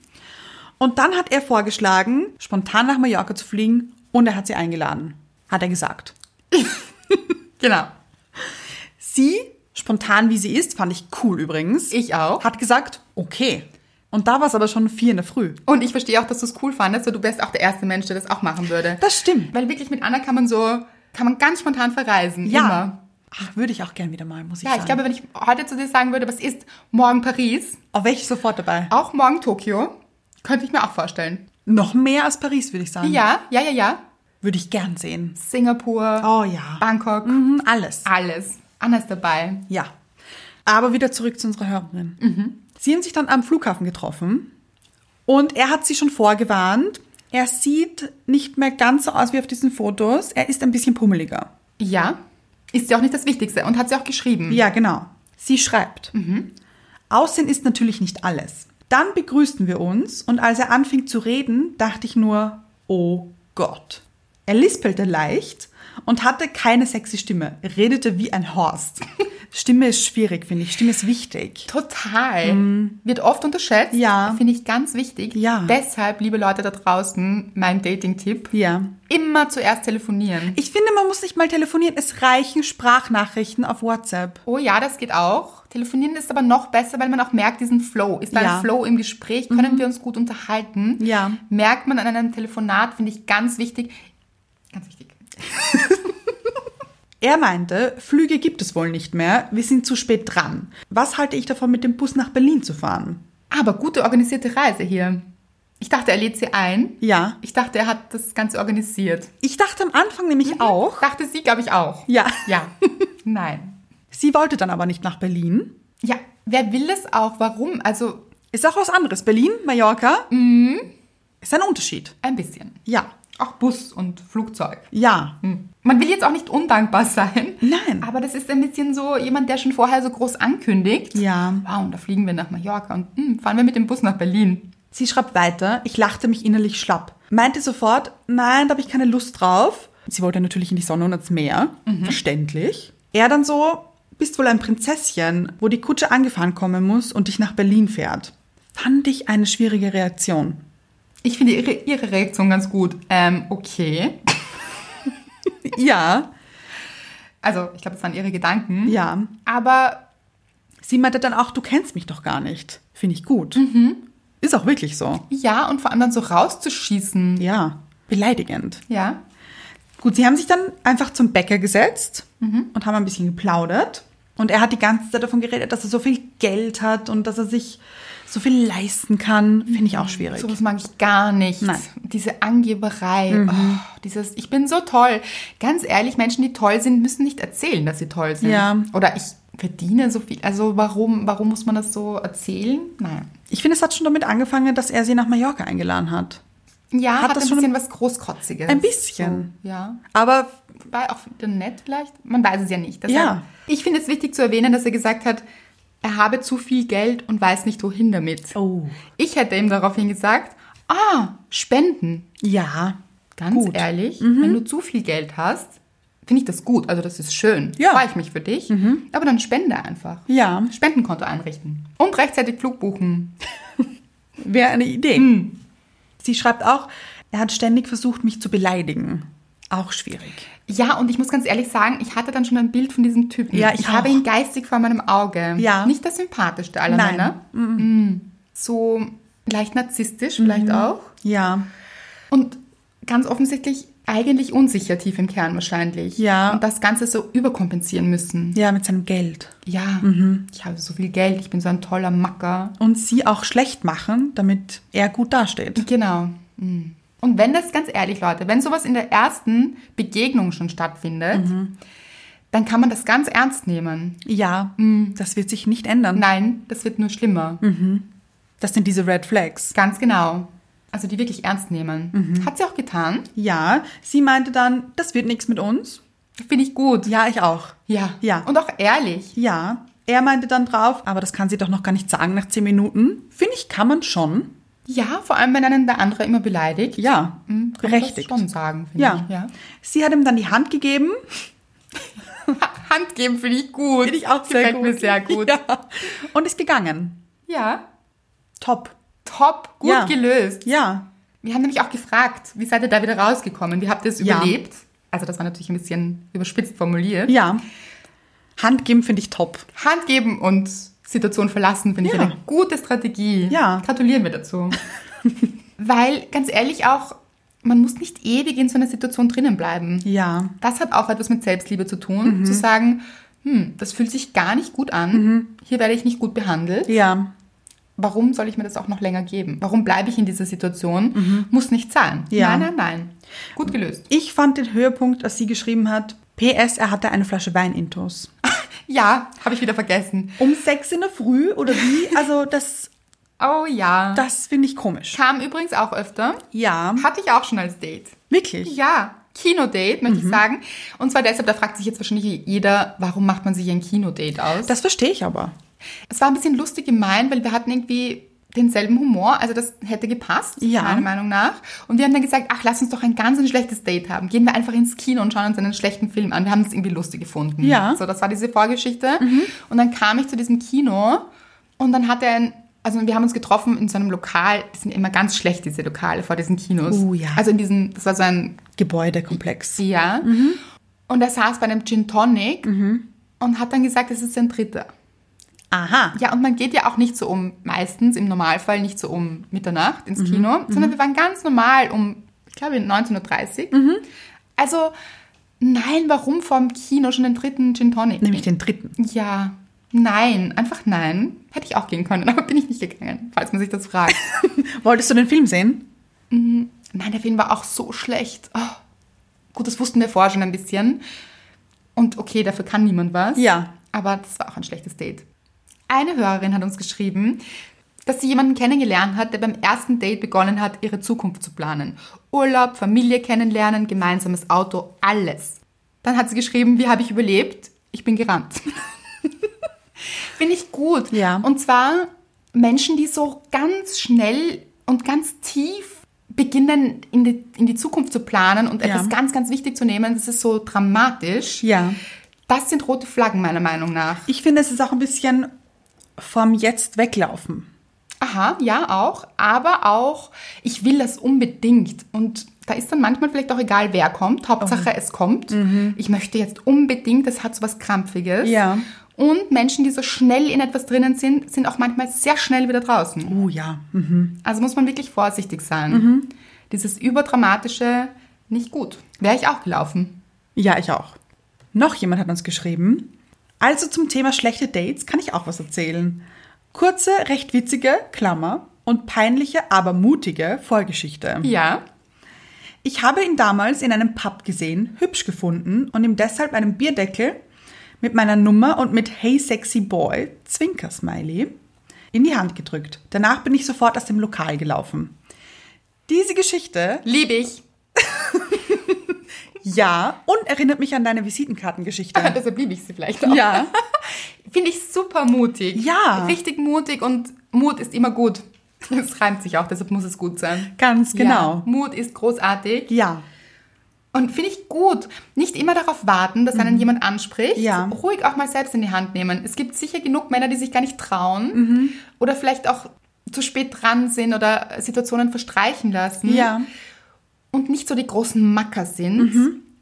Und dann hat er vorgeschlagen, spontan nach Mallorca zu fliegen und er hat sie eingeladen. Hat er gesagt. Genau. Sie, spontan wie sie ist, fand ich cool übrigens. Ich auch. Hat gesagt, okay. Und da war es aber schon vier in der Früh. Und ich verstehe auch, dass du es cool fandest, weil du wärst auch der erste Mensch, der das auch machen würde. Das stimmt. Weil wirklich mit Anna kann man so, kann man ganz spontan verreisen. Ja. Immer. Ach, würde ich auch gern wieder mal, muss ich Ja, sagen. ich glaube, wenn ich heute zu dir sagen würde, was ist morgen Paris, Auch wäre ich sofort dabei. auch morgen Tokio, könnte ich mir auch vorstellen. Noch mehr als Paris, würde ich sagen. Ja, ja, ja, ja. Würde ich gern sehen. Singapur, Oh ja. Bangkok, Mhm, alles. Ah. alles. Anna ist dabei. Ja. Aber wieder zurück zu unserer Hörerin. Mhm. Sie haben sich dann am Flughafen getroffen und er hat sie schon vorgewarnt. Er sieht nicht mehr ganz so aus wie auf diesen Fotos. Er ist ein bisschen pummeliger. Ja, ist ja auch nicht das Wichtigste und hat sie auch geschrieben. Ja, genau. Sie schreibt. Aussehen ist natürlich nicht alles. Dann begrüßten wir uns und als er anfing zu reden, dachte ich nur, oh Gott. Er lispelte leicht und hatte keine sexy Stimme, redete wie ein Horst. Stimme ist schwierig, finde ich. Stimme ist wichtig. Total. Wird oft unterschätzt. Mhm. Ja. Finde ich ganz wichtig. Ja. Deshalb, liebe Leute da draußen, mein Dating-Tipp. Ja. Immer zuerst telefonieren. Ich finde, man muss nicht mal telefonieren. Es reichen Sprachnachrichten auf WhatsApp. Oh ja, das geht auch. Telefonieren ist aber noch besser, weil man auch merkt diesen Flow. Ist da Ja. Mhm. ein Flow im Gespräch? Können wir uns gut unterhalten? Ja. Merkt man an einem Telefonat, finde ich ganz wichtig. Ganz wichtig. Er meinte, Flüge gibt es wohl nicht mehr. Wir sind zu spät dran. Was halte ich davon, mit dem Bus nach Berlin zu fahren? Aber gute organisierte Reise hier. Ich dachte, er lädt sie ein. Ja. Ich dachte, er hat das Ganze organisiert. Ich dachte am Anfang nämlich auch. Dachte sie, glaube ich, auch. Ja. Ja. [laughs] Nein. Sie wollte dann aber nicht nach Berlin. Ja, wer will das auch? Warum? Also Ist auch was anderes. Berlin, Mallorca. Ist ein Unterschied. ein bisschen. Ja. Auch Bus und Flugzeug. Ja. Man will jetzt auch nicht undankbar sein. Nein. Aber das ist ein bisschen so jemand, der schon vorher so groß ankündigt. Ja. Wow, und da fliegen wir nach Mallorca und hm, fahren wir mit dem Bus nach Berlin. Sie schreibt weiter. Ich lachte mich innerlich schlapp. Meinte sofort, nein, da habe ich keine Lust drauf. Sie wollte natürlich in die Sonne und ans Meer. Verständlich. Er dann so, bist wohl ein Prinzesschen, wo die Kutsche angefahren kommen muss und dich nach Berlin fährt. Fand ich eine schwierige Reaktion. Ich finde ihre, ihre Reaktion ganz gut. Ähm, okay. Ja. Also, ich glaube, das waren ihre Gedanken. Ja. Aber Sie meinte dann auch, du kennst mich doch gar nicht. Finde ich gut. Ist auch wirklich so. ja, und vor allem dann so rauszuschießen. Ja. Beleidigend. Ja. Gut, sie haben sich dann einfach zum Bäcker gesetzt und haben ein bisschen geplaudert. Und er hat die ganze Zeit davon geredet, dass er so viel Geld hat und dass er sich so viel leisten kann. Finde ich auch schwierig. Sowas mag ich gar nicht. Nein. Mhm. Diese Angeberei. Oh, dieses, ich bin so toll. Ganz ehrlich, Menschen, die toll sind, müssen nicht erzählen, dass sie toll sind. Ja. Oder ich verdiene so viel. Also warum, warum muss man das so erzählen? Nein. Ich finde, es hat schon damit angefangen, dass er sie nach Mallorca eingeladen hat. Ja, Hat hat, das ein schon- bisschen was Großkotziges. Ein bisschen. So, ja. Aber War auch wieder nett vielleicht. Man weiß es ja nicht. Deshalb- Ja. Ich finde es wichtig zu erwähnen, dass er gesagt hat, er habe zu viel Geld und weiß nicht, wohin damit. Oh. Ich hätte ihm daraufhin gesagt, ah, spenden. ja, Ganz Gut. Mhm. ehrlich, wenn du zu viel Geld hast, finde ich das gut. Also das ist schön. Ja. Mhm. Freue ich mich für dich. Aber dann spende einfach. Ja. Spendenkonto einrichten. Und rechtzeitig Flug buchen. wäre eine Idee. Sie schreibt auch, er hat ständig versucht, mich zu beleidigen. Auch schwierig. Ja, und ich muss ganz ehrlich sagen, ich hatte dann schon ein Bild von diesem Typen. Ja, ich habe auch. ihn geistig vor meinem Auge. Ja. Nicht der sympathischste aller Nein. Männer. Mhm. So leicht narzisstisch Mhm. vielleicht auch. Ja. Und ganz offensichtlich eigentlich unsicher tief im Kern wahrscheinlich. Ja. Und das Ganze so überkompensieren müssen. Ja, mit seinem Geld. Ja, ich habe so viel Geld, ich bin so ein toller Macker. Und sie auch schlecht machen, damit er gut dasteht. Genau. Mhm. Und wenn das, ganz ehrlich, Leute, wenn sowas in der ersten Begegnung schon stattfindet, dann kann man das ganz ernst nehmen. Ja, Mm. das wird sich nicht ändern. Nein, das wird nur schlimmer. Das sind diese Red Flags. Ganz genau. Also die wirklich ernst nehmen. Hat sie auch getan. Ja, sie meinte dann, das wird nichts mit uns. Finde ich gut. Ja, ich auch. Ja. Ja. Und auch ehrlich. Ja, er meinte dann drauf, aber das kann sie doch noch gar nicht sagen nach zehn Minuten. Finde ich, kann man schon. Ja, vor allem, wenn einen der andere immer beleidigt. Ja, Mhm, kann man berechtigt. Das schon sagen, finde Ja. ich. Ja. Sie hat ihm dann die Hand gegeben. Hand geben finde ich gut. Finde ich auch [laughs] sehr Gefällt gut. mir sehr gut. Ja. Und ist gegangen. ja. Top. Top, gut Ja. gelöst. Ja. Wir haben nämlich auch gefragt, wie seid ihr da wieder rausgekommen? Wie habt ihr es Ja. überlebt? Also das war natürlich ein bisschen überspitzt formuliert. Ja. Hand geben finde ich top. Hand geben und Situation verlassen finde ich Ja. eine gute Strategie. Ja. Gratulieren wir [laughs] dazu. Weil ganz ehrlich auch, man muss nicht ewig in so einer Situation drinnen bleiben. Ja. Mhm. Das hat auch etwas mit Selbstliebe zu tun, zu sagen, hm, das fühlt sich gar nicht gut an. Hier werde ich nicht gut behandelt. Mhm. Ja. Warum soll ich mir das auch noch länger geben? Warum bleibe ich in dieser Situation? Muss nicht sein. Mhm. Ja. Nein, nein, nein. Gut gelöst. Ich fand den Höhepunkt, als sie geschrieben hat, PS, er hatte eine Flasche Wein intus. Ja, habe ich wieder vergessen. Um sechs in der Früh oder wie? Also das, Oh ja. Das das finde ich komisch. kam übrigens auch öfter. Ja. Hatte ich auch schon als Date. Wirklich? Ja, Kinodate, möchte ich sagen. Und zwar deshalb, da fragt sich jetzt wahrscheinlich jeder, warum macht man sich ein Kinodate aus? Das verstehe ich aber. es war ein bisschen lustig gemeint, weil wir hatten irgendwie denselben Humor, also das hätte gepasst, Ja. meiner Meinung nach. Und wir haben dann gesagt, ach, lass uns doch ein ganz ein schlechtes Date haben. Gehen wir einfach ins Kino und schauen uns einen schlechten Film an. Wir haben es irgendwie lustig gefunden. Ja. Mhm. So, das war diese Vorgeschichte. Und dann kam ich zu diesem Kino und dann hat er ein, also wir haben uns getroffen in so einem Lokal, die sind immer ganz schlecht, diese Lokale vor diesen Kinos. Oh ja. Also in diesem, das war so ein Gebäudekomplex. ja. Mhm. Und er saß bei einem Gin Tonic und hat dann gesagt, es ist ein dritter. Aha. Ja, und man geht ja auch nicht so um, meistens im Normalfall nicht so um Mitternacht ins Kino, sondern wir waren ganz normal um, ich glaube, 19.30 Uhr. Also, nein, warum vorm Kino schon den dritten Gin Tonic? Nämlich den dritten. Ja, nein, einfach nein. Hätte ich auch gehen können, [laughs] aber bin ich nicht gegangen, falls man sich das fragt. Wolltest du den Film sehen? Nein, der Film war auch so schlecht. Oh. Gut, das wussten wir vorher schon ein bisschen. Und okay, dafür kann niemand was. Ja. Aber das war auch ein schlechtes Date. Eine Hörerin hat uns geschrieben, dass sie jemanden kennengelernt hat, der beim ersten Date begonnen hat, ihre Zukunft zu planen. Urlaub, Familie kennenlernen, gemeinsames Auto, alles. Dann hat sie geschrieben, wie habe ich überlebt? Ich bin gerannt. [laughs] Finde ich gut. Ja. Und zwar Menschen, die so ganz schnell und ganz tief beginnen, in die, in die Zukunft zu planen und etwas ganz, ganz wichtig zu nehmen. Das ist so dramatisch. Ja. Das sind rote Flaggen, meiner Meinung nach. Ich finde, es ist auch ein bisschen vom Jetzt weglaufen. Aha, ja, auch. Aber auch, ich will das unbedingt. Und Da ist dann manchmal vielleicht auch egal, wer kommt. Hauptsache, Oh. es kommt. Ich möchte jetzt unbedingt, das hat so was Krampfiges. Mhm. Ja. Und Menschen, die so schnell in etwas drinnen sind, sind auch manchmal sehr schnell wieder draußen. Oh ja. Mhm. Also muss man wirklich vorsichtig sein. Dieses überdramatische, nicht gut. Wäre ich auch gelaufen. Ja, ich auch. Noch jemand hat uns geschrieben. Also zum Thema schlechte Dates kann ich auch was erzählen. Kurze, recht witzige, Klammer, und peinliche, aber mutige Vorgeschichte. Ja. Ich habe ihn damals in einem Pub gesehen, hübsch gefunden und ihm deshalb einen Bierdeckel mit meiner Nummer und mit Hey Sexy Boy, Zwinker-Smiley, in die Hand gedrückt. Danach bin ich sofort aus dem Lokal gelaufen. Diese Geschichte, Liebe ich. ja, und erinnert mich an deine Visitenkartengeschichte. [laughs] Deshalb liebe ich sie vielleicht auch. Ja. Finde ich super mutig. Ja. Richtig mutig und Mut ist immer gut. Es reimt sich auch, deshalb muss es gut sein. Ganz genau. Ja, Mut ist großartig. Ja. Und finde ich gut. Nicht immer darauf warten, dass einen jemand anspricht. Mhm. Ja. Ruhig auch mal selbst in die Hand nehmen. Es gibt sicher genug Männer, die sich gar nicht trauen Mhm. oder vielleicht auch zu spät dran sind oder Situationen verstreichen lassen Ja. Mhm. und nicht so die großen Macker sind.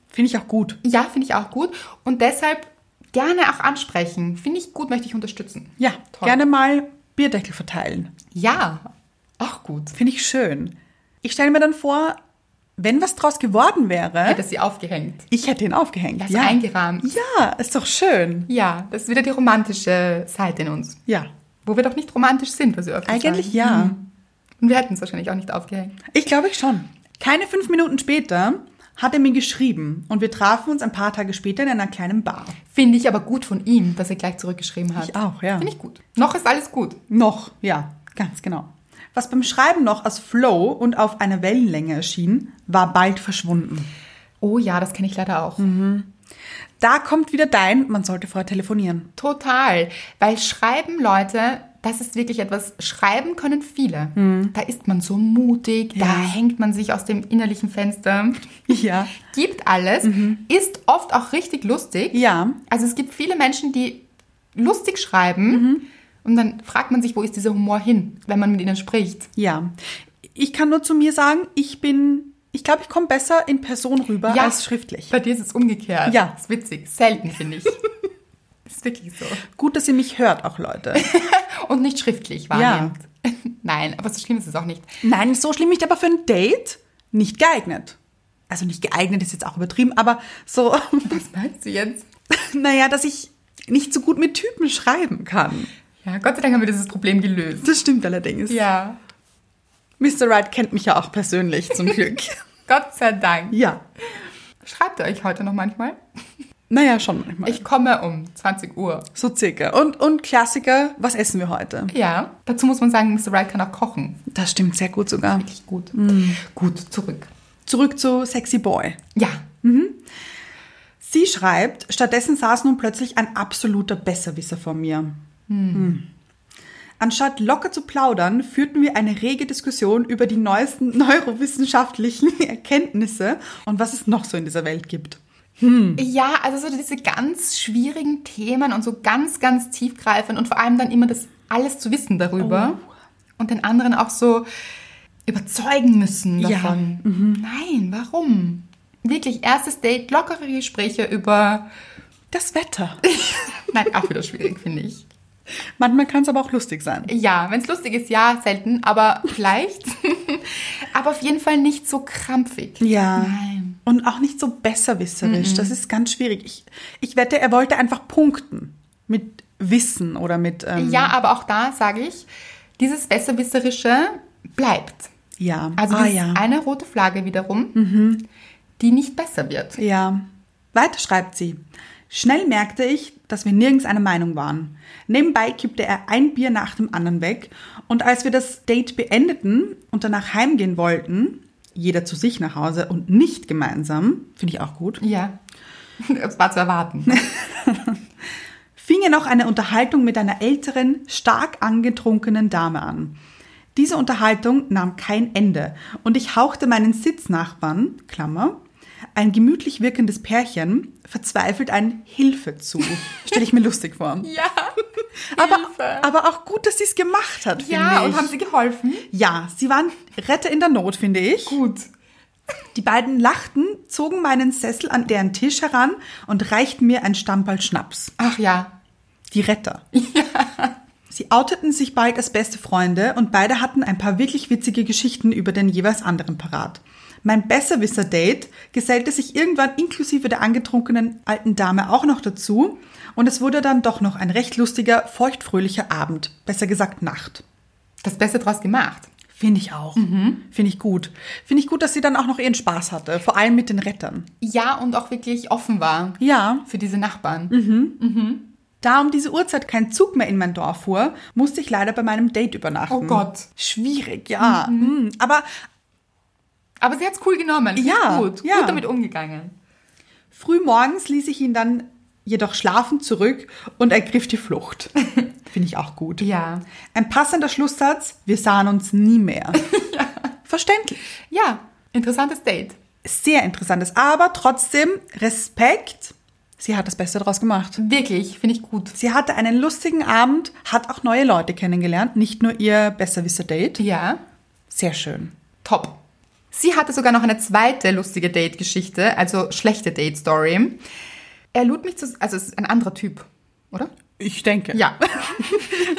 Finde ich auch gut. Ja, finde ich auch gut. Und deshalb gerne auch ansprechen. Finde ich gut, möchte ich unterstützen. Ja, Toll. gerne mal Bierdeckel verteilen. Ja, auch gut. Finde ich schön. Ich stelle mir dann vor, wenn was draus geworden wäre, Hätte sie aufgehängt. ich hätte ihn aufgehängt. Ja, so eingerahmt. ja, ist doch schön. Ja, das ist wieder die romantische Seite in uns. Ja, Wo wir doch nicht romantisch sind, was wir öfter eigentlich sagen. ja. Und wir hätten es wahrscheinlich auch nicht aufgehängt. Ich glaube ich schon. Keine fünf Minuten später hat er mir geschrieben und wir trafen uns ein paar Tage später in einer kleinen Bar. Finde ich aber gut von ihm, dass er gleich zurückgeschrieben hat. Ich auch, ja. Finde ich gut. Noch ist alles gut. Noch, ja, ganz genau. Was beim Schreiben noch als Flow und auf einer Wellenlänge erschien, war bald verschwunden. Oh ja, das kenne ich leider auch. Mhm. Da kommt wieder dein, man sollte vorher telefonieren. Total. Weil schreiben, Leute, das ist wirklich etwas, schreiben können viele. Mhm. Da ist man so mutig, da hängt man sich aus dem innerlichen [laughs] Fenster, Ja. gibt alles, ist oft auch richtig lustig. Mhm. Ja. Also es gibt viele Menschen, die lustig schreiben und dann fragt man sich, wo ist dieser Humor hin, wenn man mit ihnen spricht. Ja. Ich kann nur zu mir sagen, ich bin, ich glaube, ich komme besser in Person rüber Ja. als schriftlich. Bei dir ist es umgekehrt. Ja. Ist witzig. Selten, finde ich. [laughs] ist wirklich so. Gut, dass ihr mich hört auch, Leute. Und nicht schriftlich wahrnehmt. [laughs] Nein, aber so schlimm ist es auch nicht. [laughs] Nein, so schlimm nicht, aber für ein Date nicht geeignet. Also nicht geeignet ist jetzt auch übertrieben, aber so, [laughs] Was meinst du jetzt? naja, dass ich nicht so gut mit Typen schreiben kann. Ja, Gott sei Dank haben wir dieses Problem gelöst. Das stimmt allerdings. Ja, Mr. Wright kennt mich ja auch persönlich [laughs] zum Glück. Gott sei Dank. ja. Schreibt ihr euch heute noch manchmal? Naja, schon manchmal. Ich komme um 20 Uhr. so circa. Und, und Klassiker, was essen wir heute? Ja, dazu muss man sagen, Mr. Wright kann auch kochen. Mhm. Das stimmt sehr gut sogar. Richtig gut. Gut, zurück. Zurück zu Sexy Boy. Ja, Sie schreibt, stattdessen saß nun plötzlich ein absoluter Besserwisser vor mir. Hm. Anstatt locker zu plaudern, führten wir eine rege Diskussion über die neuesten [laughs] neurowissenschaftlichen [laughs] Erkenntnisse und was es noch so in dieser Welt gibt. Ja, also so diese ganz schwierigen Themen und so ganz, ganz tiefgreifend und vor allem dann immer das alles zu wissen darüber Oh. und den anderen auch so überzeugen müssen Ja. Mhm. davon. Nein, warum? Wirklich, erstes Date, lockere Gespräche über. [laughs] Das Wetter. Nein, auch wieder schwierig, finde ich. Manchmal kann es aber auch lustig sein. Ja, wenn es lustig ist, ja, selten, aber vielleicht. [laughs] aber auf jeden Fall nicht so krampfig. Ja. Nein. Mhm. Und auch nicht so besserwisserisch. Das ist ganz schwierig. Ich, ich wette, er wollte einfach punkten. Mit Wissen oder mit. Ähm, Ja, aber auch da sage ich, dieses Besserwisserische bleibt. Ja. Also ah, das ist ja. Mhm. eine rote Flagge wiederum, die nicht besser wird. Ja. Weiter schreibt sie. Schnell merkte ich, dass wir nirgends einer Meinung waren. Nebenbei kippte er ein Bier nach dem anderen weg und als wir das Date beendeten und danach heimgehen wollten, jeder zu sich nach Hause und nicht gemeinsam, finde ich auch gut, [laughs] Ja. Es war zu erwarten. [laughs] fing er noch eine Unterhaltung mit einer älteren, stark angetrunkenen Dame an. Diese Unterhaltung nahm kein Ende und ich hauchte meinen Sitznachbarn, Klammer, ein gemütlich wirkendes Pärchen, verzweifelt ein [laughs] Hilfe zu. Stelle ich mir lustig vor. ja. aber, aber auch gut, dass sie es gemacht hat, finde Ja, ich. und haben sie geholfen? ja, sie waren Retter in der Not, finde ich. Gut. Die beiden lachten, zogen meinen Sessel an deren Tisch heran und reichten mir ein Stammball Schnaps. Ach ja. Die Retter. Sie outeten sich bald als beste Freunde und beide hatten ein paar wirklich witzige Geschichten über den jeweils anderen parat. Mein Besserwisser-Date gesellte sich irgendwann inklusive der angetrunkenen alten Dame auch noch dazu und es wurde dann doch noch ein recht lustiger, feuchtfröhlicher Abend, besser gesagt Nacht. Das Beste draus gemacht. Finde ich auch. Finde ich gut. Finde ich gut, dass sie dann auch noch ihren Spaß hatte, vor allem mit den Rettern. Ja, und auch wirklich offen war Ja, Mhm. für diese Nachbarn. da um diese Uhrzeit kein Zug mehr in mein Dorf fuhr, musste ich leider bei meinem Date übernachten. Oh Gott. Schwierig, ja. Mhm. Aber Aber sie hat's cool genommen. Finde Ja, ich Gut. ja. Gut damit umgegangen. frühmorgens ließ ich ihn dann jedoch schlafend zurück und ergriff die Flucht. Finde ich auch gut. Ja. Ein passender Schlusssatz, wir sahen uns nie mehr. Verständlich. Ja, interessantes Date. Sehr interessantes, aber trotzdem Respekt. Sie hat das Beste daraus gemacht. Wirklich, finde ich gut. Sie hatte einen lustigen Abend, hat auch neue Leute kennengelernt, nicht nur ihr Besserwisser-Date. Ja, Sehr schön. top. Sie hatte sogar noch eine zweite lustige Date-Geschichte, also schlechte Date-Story. Er lud mich zu, also es ist ein anderer Typ, oder? Ich denke. Ja,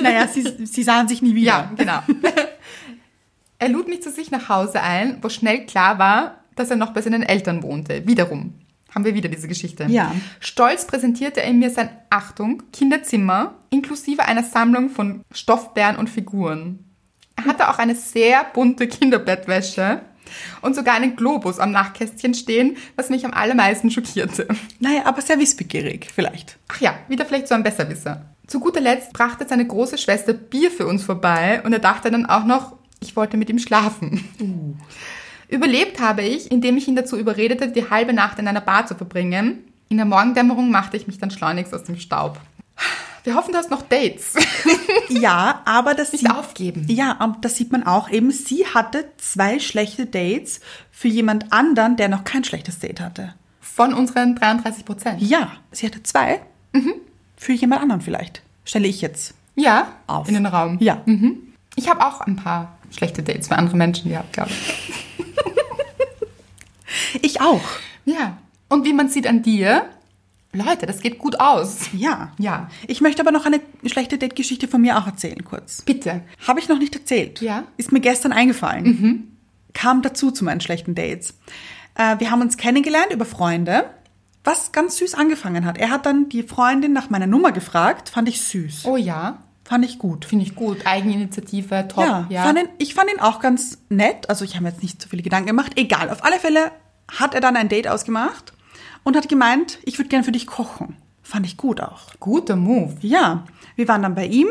Naja, sie, sie sahen sich nie ja, wieder. genau. [laughs] Er lud mich zu sich nach Hause ein, wo schnell klar war, dass er noch bei seinen Eltern wohnte. Wiederum haben wir wieder diese Geschichte. Ja. Stolz präsentierte er mir sein, Achtung, Kinderzimmer, inklusive einer Sammlung von Stoffbären und Figuren. Er hatte auch eine sehr bunte Kinderbettwäsche und sogar einen Globus am Nachtkästchen stehen, was mich am allermeisten schockierte. Naja, aber sehr wissbegierig, vielleicht. Ach ja, wieder vielleicht so ein Besserwisser. Zu guter Letzt brachte seine große Schwester Bier für uns vorbei und er dachte dann auch noch, ich wollte mit ihm schlafen. Uh. Überlebt habe ich, indem ich ihn dazu überredete, die halbe Nacht in einer Bar zu verbringen. In der Morgendämmerung machte ich mich dann schleunigst aus dem Staub. Wir hoffen, du hast noch Dates. Ja, aber das Nicht aufgeben. Ja, und das sieht man auch eben. Sie hatte zwei schlechte Dates für jemand anderen, der noch kein schlechtes Date hatte. Von unseren 33 Prozent. Ja, sie hatte zwei Mhm. für jemand anderen vielleicht. Stelle ich jetzt Ja, auf. in den Raum. Ja. Ich habe auch ein paar schlechte Dates für andere Menschen gehabt, glaube ich. Ich auch. Ja. Und wie man sieht an dir, Leute, das geht gut aus. Ja. Ja. Ich möchte aber noch eine schlechte Date-Geschichte von mir auch erzählen, kurz. Bitte. Habe ich noch nicht erzählt. Ja. Ist mir gestern eingefallen. Kam dazu zu meinen schlechten Dates. Äh, wir haben uns kennengelernt über Freunde, was ganz süß angefangen hat. Er hat dann die Freundin nach meiner Nummer gefragt, fand ich süß. Oh ja, Fand ich gut. finde ich gut. Eigeninitiative, top. ja, Fand ihn, ich fand ihn auch ganz nett. Also ich habe mir jetzt nicht so viele Gedanken gemacht. Egal, auf alle Fälle hat er dann ein Date ausgemacht und hat gemeint, ich würde gern für dich kochen. Fand ich gut auch. Guter Move. Ja, wir waren dann bei ihm.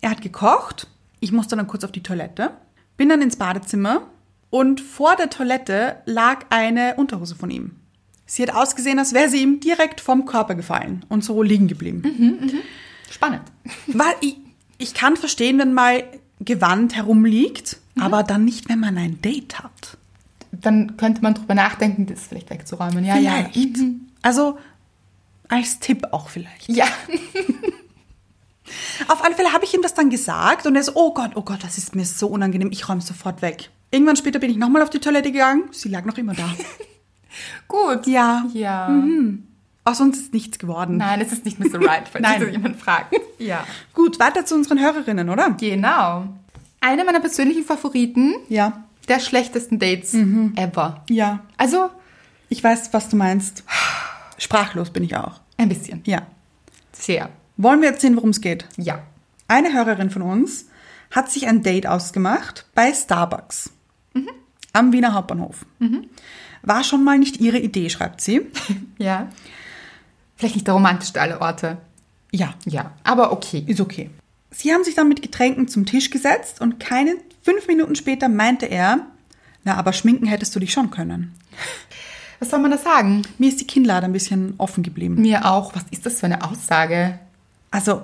Er hat gekocht. Ich musste dann kurz auf die Toilette. Bin dann ins Badezimmer und vor der Toilette lag eine Unterhose von ihm. Sie hat ausgesehen, als wäre sie ihm direkt vom Körper gefallen und so liegen geblieben. Mhm. Spannend. Weil ich, ich kann verstehen, wenn mal Gewand herumliegt, Mhm. aber dann nicht, wenn man ein Date hat. Dann könnte man drüber nachdenken, das vielleicht wegzuräumen. Ja, Mhm. ja. Vielleicht. Also als Tipp auch vielleicht. Ja, Auf alle Fälle habe ich ihm das dann gesagt und er so, oh Gott, oh Gott, das ist mir so unangenehm, ich räume sofort weg. Irgendwann später bin ich nochmal auf die Toilette gegangen, sie lag noch immer da. gut. Ja. Mhm. Ja. Aus uns Oh, ist nichts geworden. Nein, es ist nicht Mr. Right, falls Nein. das jemand fragt. Ja. Gut, weiter zu unseren Hörerinnen, oder? Genau. Einer meiner persönlichen Favoriten, Ja, der schlechtesten Dates Mhm. ever. ja. Also, Ich weiß, was du meinst. Sprachlos bin ich auch. ein bisschen. Ja. Sehr. Wollen wir erzählen, worum es geht? Ja. Eine Hörerin von uns hat sich ein Date ausgemacht bei Starbucks am Wiener Hauptbahnhof. War schon mal nicht ihre Idee, schreibt sie. Ja. Vielleicht nicht der romantischste aller Orte. Ja, Ja. Aber okay. ist okay. Sie haben sich dann mit Getränken zum Tisch gesetzt und keine fünf Minuten später meinte er, na, aber schminken hättest du dich schon können. Was soll man da sagen? Mir ist die Kinnlade ein bisschen offen geblieben. Mir auch. Was ist das für eine Aussage? Also,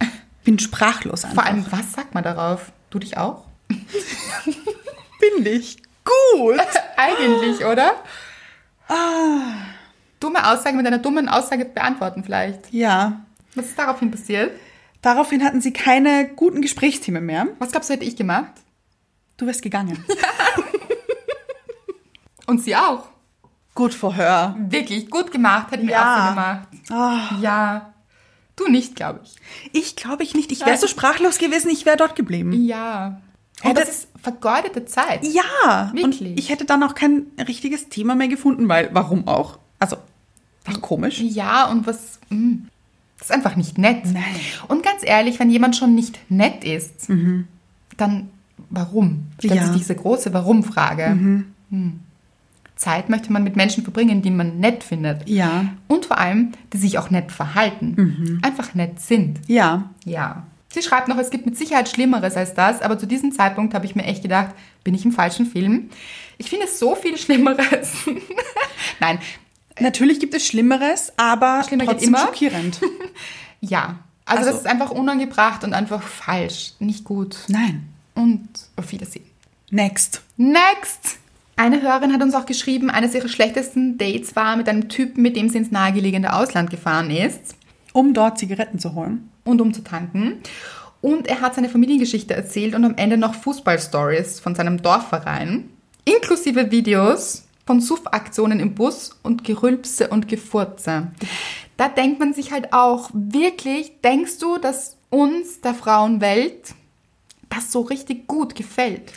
[laughs] bin sprachlos einfach. Vor allem, was sagt man darauf? Du dich auch? [laughs] bin ich gut. Eigentlich, oder? Dumme Aussage mit einer dummen Aussage beantworten vielleicht. Ja, Was ist daraufhin passiert? daraufhin hatten sie keine guten Gesprächsthemen mehr. Was glaubst du, hätte ich gemacht? Du wärst gegangen. Und sie auch. [laughs] Gut for her. Wirklich gut gemacht, hätten wir Ja. auch so gemacht. Ah, Ja. Du nicht, glaube ich. ich glaube ich nicht. Ich wäre so sprachlos gewesen, ich wäre dort geblieben. Ja. Und das ist vergeudete Zeit. Ja, Wirklich? und ich hätte dann auch kein richtiges Thema mehr gefunden, weil warum auch? Also, war komisch. Ja, und was. mm, Das ist einfach nicht nett. Nein. Und ganz ehrlich, wenn jemand schon nicht nett ist, dann warum? Stellt Mhm. Ja. Mhm. sich diese große Warum-Frage. Hm. Zeit möchte man mit Menschen verbringen, die man nett findet. Ja. Und vor allem, die sich auch nett verhalten. Mhm. Einfach nett sind. Ja, Ja. Sie schreibt noch, es gibt mit Sicherheit Schlimmeres als das, aber zu diesem Zeitpunkt habe ich mir echt gedacht, bin ich im falschen Film? Ich finde so viel Schlimmeres. [laughs] Nein, natürlich gibt es Schlimmeres, aber Schlimmer geht trotzdem immer. schockierend. ja. Also, Also- das ist einfach unangebracht und einfach falsch. Nicht gut. Nein. Und auf Wiedersehen. Next. Next! Eine Hörerin hat uns auch geschrieben, eines ihrer schlechtesten Dates war mit einem Typen, mit dem sie ins nahegelegene Ausland gefahren ist. Um dort Zigaretten zu holen. und um zu tanken. Und er hat seine Familiengeschichte erzählt und am Ende noch Fußballstories von seinem Dorfverein, inklusive Videos von Suffaktionen im Bus und Gerülpse und Gefurze. Da denkt man sich halt auch, wirklich, denkst du, dass uns der Frauenwelt das so richtig gut gefällt?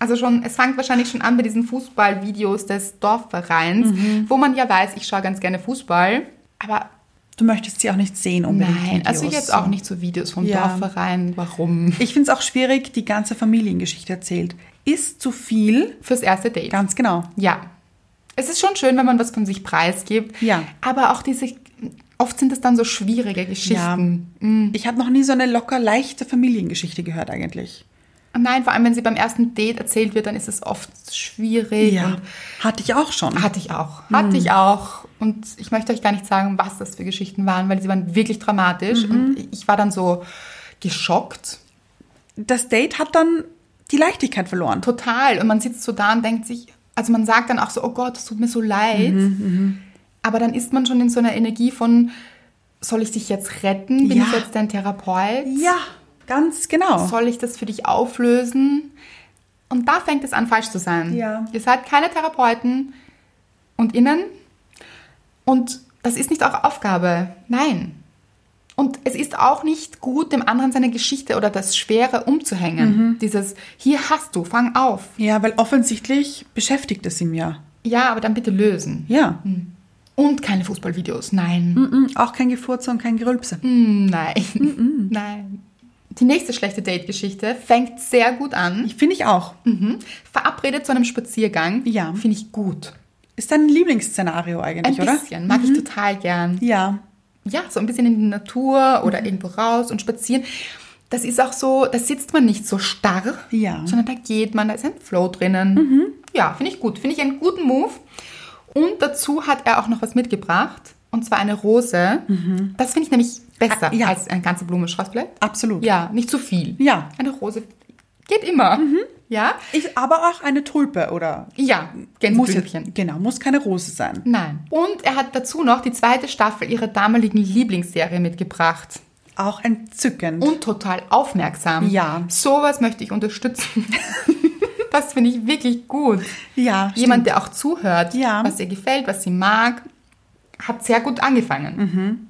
Also schon, es fängt wahrscheinlich schon an bei diesen Fußballvideos des Dorfvereins, wo man ja weiß, ich schaue ganz gerne Fußball, aber Du möchtest sie auch nicht sehen unbedingt. Nein, also Videos, jetzt so. auch nicht so Videos vom Ja. Dorfverein. Warum? Ich finde es auch schwierig, die ganze Familiengeschichte erzählt. Ist zu viel. Fürs erste Date. Ganz genau. Ja. Es ist schon schön, wenn man was von sich preisgibt. Ja. Aber auch diese, oft sind es dann so schwierige Geschichten. Mhm. Ich habe noch nie so eine locker leichte Familiengeschichte gehört eigentlich. Nein, vor allem, wenn sie beim ersten Date erzählt wird, dann ist es oft schwierig. Hatte ich auch schon. Und hatte ich auch. Hatte Mhm. ich auch. Und ich möchte euch gar nicht sagen, was das für Geschichten waren, weil sie waren wirklich dramatisch. Mhm. Und ich war dann so geschockt. Das Date hat dann die Leichtigkeit verloren. Total. Und man sitzt so da und denkt sich, also man sagt dann auch so, oh Gott, es tut mir so leid. Mhm, Aber dann ist man schon in so einer Energie von, soll ich dich jetzt retten? Bin Ja. ich jetzt dein Therapeut? Ja, ganz genau. Soll ich das für dich auflösen? Und da fängt es an, falsch zu sein. Ja. Ihr seid keine Therapeuten und innen. Und das ist nicht eure Aufgabe. Nein. Und es ist auch nicht gut, dem anderen seine Geschichte oder das Schwere umzuhängen. Mhm. Dieses, hier hast du, fang auf. ja, weil offensichtlich beschäftigt es ihn ja. Ja, aber dann bitte lösen. Ja. Und keine Fußballvideos. Nein. Mm, Mhm, Auch kein Gefurze und kein Gerülpse. Hm. Nein. Mm, [laughs] Nein. Die nächste schlechte Date-Geschichte fängt sehr gut an. Finde ich auch. Mhm. Verabredet zu einem Spaziergang. Ja. Finde ich gut. Ist dein Lieblingsszenario Ein eigentlich, oder? Mhm. bisschen. Mag ich total gern. Ja. Ja, so ein bisschen in die Natur Mhm. oder irgendwo raus und spazieren. Das ist auch so, da sitzt man nicht so starr, Ja. Mhm. sondern da geht man, da ist ein Flow drinnen. Ja, finde ich gut. Finde ich einen guten Move. Und dazu hat er auch noch was mitgebracht, und zwar eine Rose. Das finde ich nämlich besser Mhm. Ah, ja. als eine ganze Blume Schwarzblatt. Absolut. Ja, nicht zu viel. Ja. Mhm. Eine Rose geht immer. Ja? Ich, aber auch eine Tulpe oder Ja, Gänseblümchen. Muss, genau, muss keine Rose sein. Nein. Und er hat dazu noch die zweite Staffel ihrer damaligen Lieblingsserie mitgebracht. Auch entzückend. Und total aufmerksam. Ja. Sowas möchte ich [laughs] unterstützen. das finde ich wirklich gut. ja, Jemand, der auch zuhört, Ja. was ihr gefällt, was sie mag, hat sehr gut angefangen. Mhm.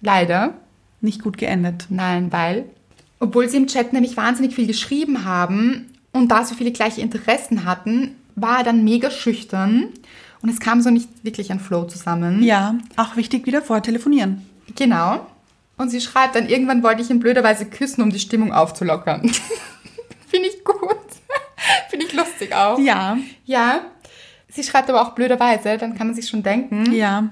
Leider. stimmt. nicht gut geendet. Nein, weil, obwohl sie im Chat nämlich wahnsinnig viel geschrieben haben und da so viele gleiche Interessen hatten, war er dann mega schüchtern und es kam so nicht wirklich ein Flow zusammen. Ja, auch wichtig wieder vortelefonieren. Genau. Und sie schreibt dann, irgendwann wollte ich ihn blöderweise küssen, um die Stimmung aufzulockern. [laughs] Finde ich gut. [laughs] Finde ich lustig auch. Ja, Ja. Sie schreibt aber auch blöderweise, dann kann man sich schon denken, Hm? ja.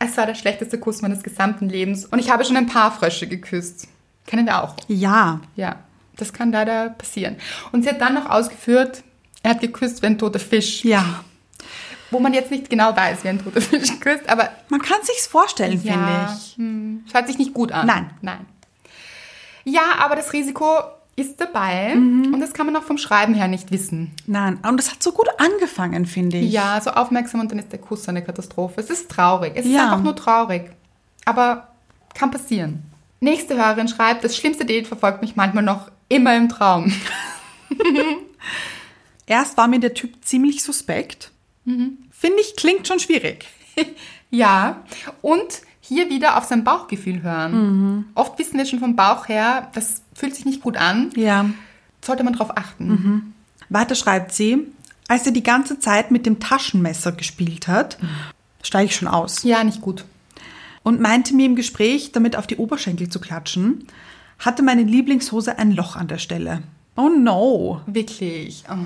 es war der schlechteste Kuss meines gesamten Lebens und ich habe schon ein paar Frösche geküsst. Kennen wir auch. Ja. Ja, das kann leider passieren. Und sie hat dann noch ausgeführt, er hat geküsst wie ein toter Fisch. Ja. Wo man jetzt nicht genau weiß, wie ein toter [laughs] Fisch küsst, aber Man kann sich's vorstellen, ja, finde ich. hm, es hört sich nicht gut an. Nein. Nein. Ja, aber das Risiko ist dabei Mhm. und das kann man auch vom Schreiben her nicht wissen. Nein, und das hat so gut angefangen, finde ich. Ja, so aufmerksam und dann ist der Kuss eine Katastrophe. Es ist traurig. Es ist Ja. einfach nur traurig. Aber kann passieren. Nächste Hörerin schreibt, das schlimmste Date verfolgt mich manchmal noch immer im Traum. [laughs] Erst war mir der Typ ziemlich suspekt. Mhm. Finde ich, klingt schon schwierig. Ja, und hier wieder auf sein Bauchgefühl Mhm. hören. Oft wissen wir schon vom Bauch her, das fühlt sich nicht gut an. Ja. Mhm. Sollte man darauf achten. Weiter schreibt sie, als er die ganze Zeit mit dem Taschenmesser gespielt hat, steige ich schon aus. Ja, nicht gut. und meinte mir im Gespräch, damit auf die Oberschenkel zu klatschen, hatte meine Lieblingshose ein Loch an der Stelle. Oh no. Wirklich. Oh.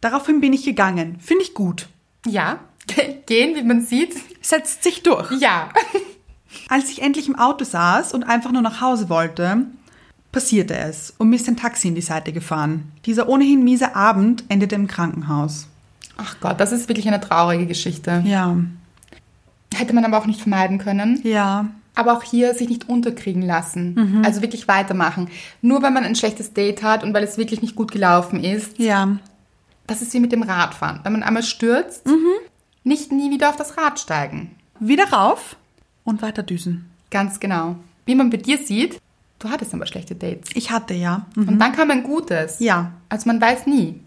Daraufhin bin ich gegangen. Finde ich gut. Ja, [laughs] ge- gehen, wie man sieht. Setzt sich durch. Ja. Als ich endlich im Auto saß und einfach nur nach Hause wollte, passierte es und mir ist ein Taxi in die Seite gefahren. Dieser ohnehin miese Abend endete im Krankenhaus. Ach Gott, das ist wirklich eine traurige Geschichte. Ja. Hätte man aber auch nicht vermeiden können. Ja. Aber auch hier sich nicht unterkriegen lassen. Mhm. Also wirklich weitermachen. Nur weil man ein schlechtes Date hat und weil es wirklich nicht gut gelaufen ist. Ja. Das ist wie mit dem Radfahren. Wenn man einmal stürzt, Mhm. nicht nie wieder auf das Rad steigen. Wieder rauf und weiter düsen. Ganz genau. Wie man bei dir sieht, du hattest aber schlechte Dates. Ich hatte ja. Mhm. Und dann kam ein gutes. Ja. Also man weiß nie.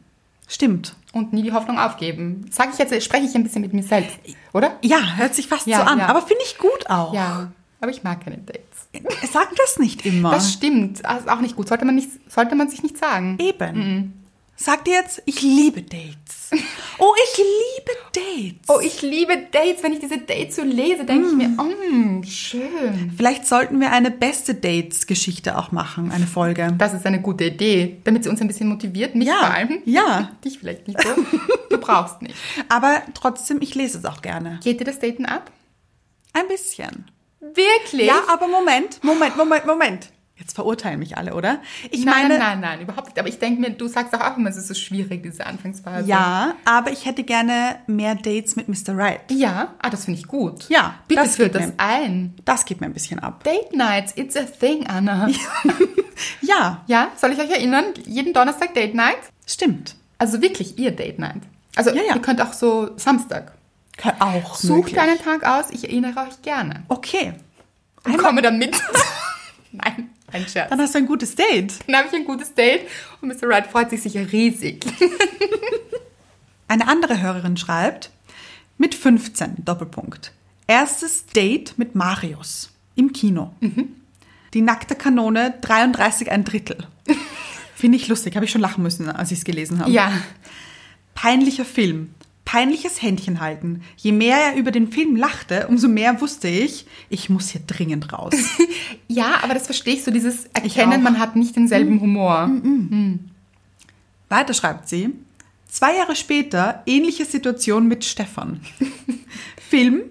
Stimmt. Und nie die Hoffnung aufgeben. Sag ich jetzt, spreche ich ein bisschen mit mir selbst, oder? Ja, hört sich fast Ja, so an. ja. Aber finde ich gut auch. Ah. Ja. Aber ich mag keine Dates. Sag das nicht immer. Das stimmt. Das ist auch nicht gut. Sollte man, nicht, sollte man sich nicht sagen. Eben. Sagt ihr jetzt, ich [laughs] liebe Dates. Oh, ich liebe Dates. Oh, ich liebe Dates. Wenn ich diese Dates so lese, denke ich mir, oh, mm, schön. Vielleicht sollten wir eine beste Dates-Geschichte auch machen, eine Folge. Das ist eine gute Idee, damit sie uns ein bisschen motiviert, mich Ja, vor allem. ja. [laughs] Dich vielleicht nicht so. Du brauchst nicht. Aber trotzdem, ich lese es auch gerne. Geht dir das Daten ab? Ein bisschen. Wirklich? Ja, aber Moment, Moment, Moment, Moment. Jetzt verurteilen mich alle, oder? Ich nein, nein, meine, nein, nein, überhaupt nicht. Aber ich denke mir, du sagst auch immer, es ist so schwierig, diese Anfangsphase. ja, aber ich hätte gerne mehr Dates mit Mr. Right. Ja, ah, das finde ich gut. Ja, Bitte das führt geht das mir. ein. Das geht mir ein bisschen ab. Date Nights, it's a thing, Anna. Ja. Ja, soll ich euch erinnern? Jeden Donnerstag Date Night? stimmt. Also wirklich ihr Date Night. Also Ja, ja. ihr könnt auch so Samstag. Kann auch. Sucht möglich. einen Tag aus, ich erinnere euch gerne. Okay, Und komme dann mit. [laughs] Nein, ein Scherz. dann hast du ein gutes Date. Dann habe ich ein gutes Date und Mr. Wright freut sich sicher riesig. Eine andere Hörerin schreibt, mit 15, Doppelpunkt. Erstes Date mit Marius im Kino. Die nackte Kanone 33 ein [laughs] Drittel. Finde ich lustig, habe ich schon lachen müssen, als ich es gelesen habe. Ja. Peinlicher Film. Peinliches Händchen halten. Je mehr er über den Film lachte, umso mehr wusste ich, ich muss hier dringend raus. Ja, aber das verstehe ich so, dieses Erkennen, auch. Mhm. man hat nicht denselben Humor. Weiter schreibt sie, zwei Jahre später ähnliche Situation [laughs] mit Stefan. Film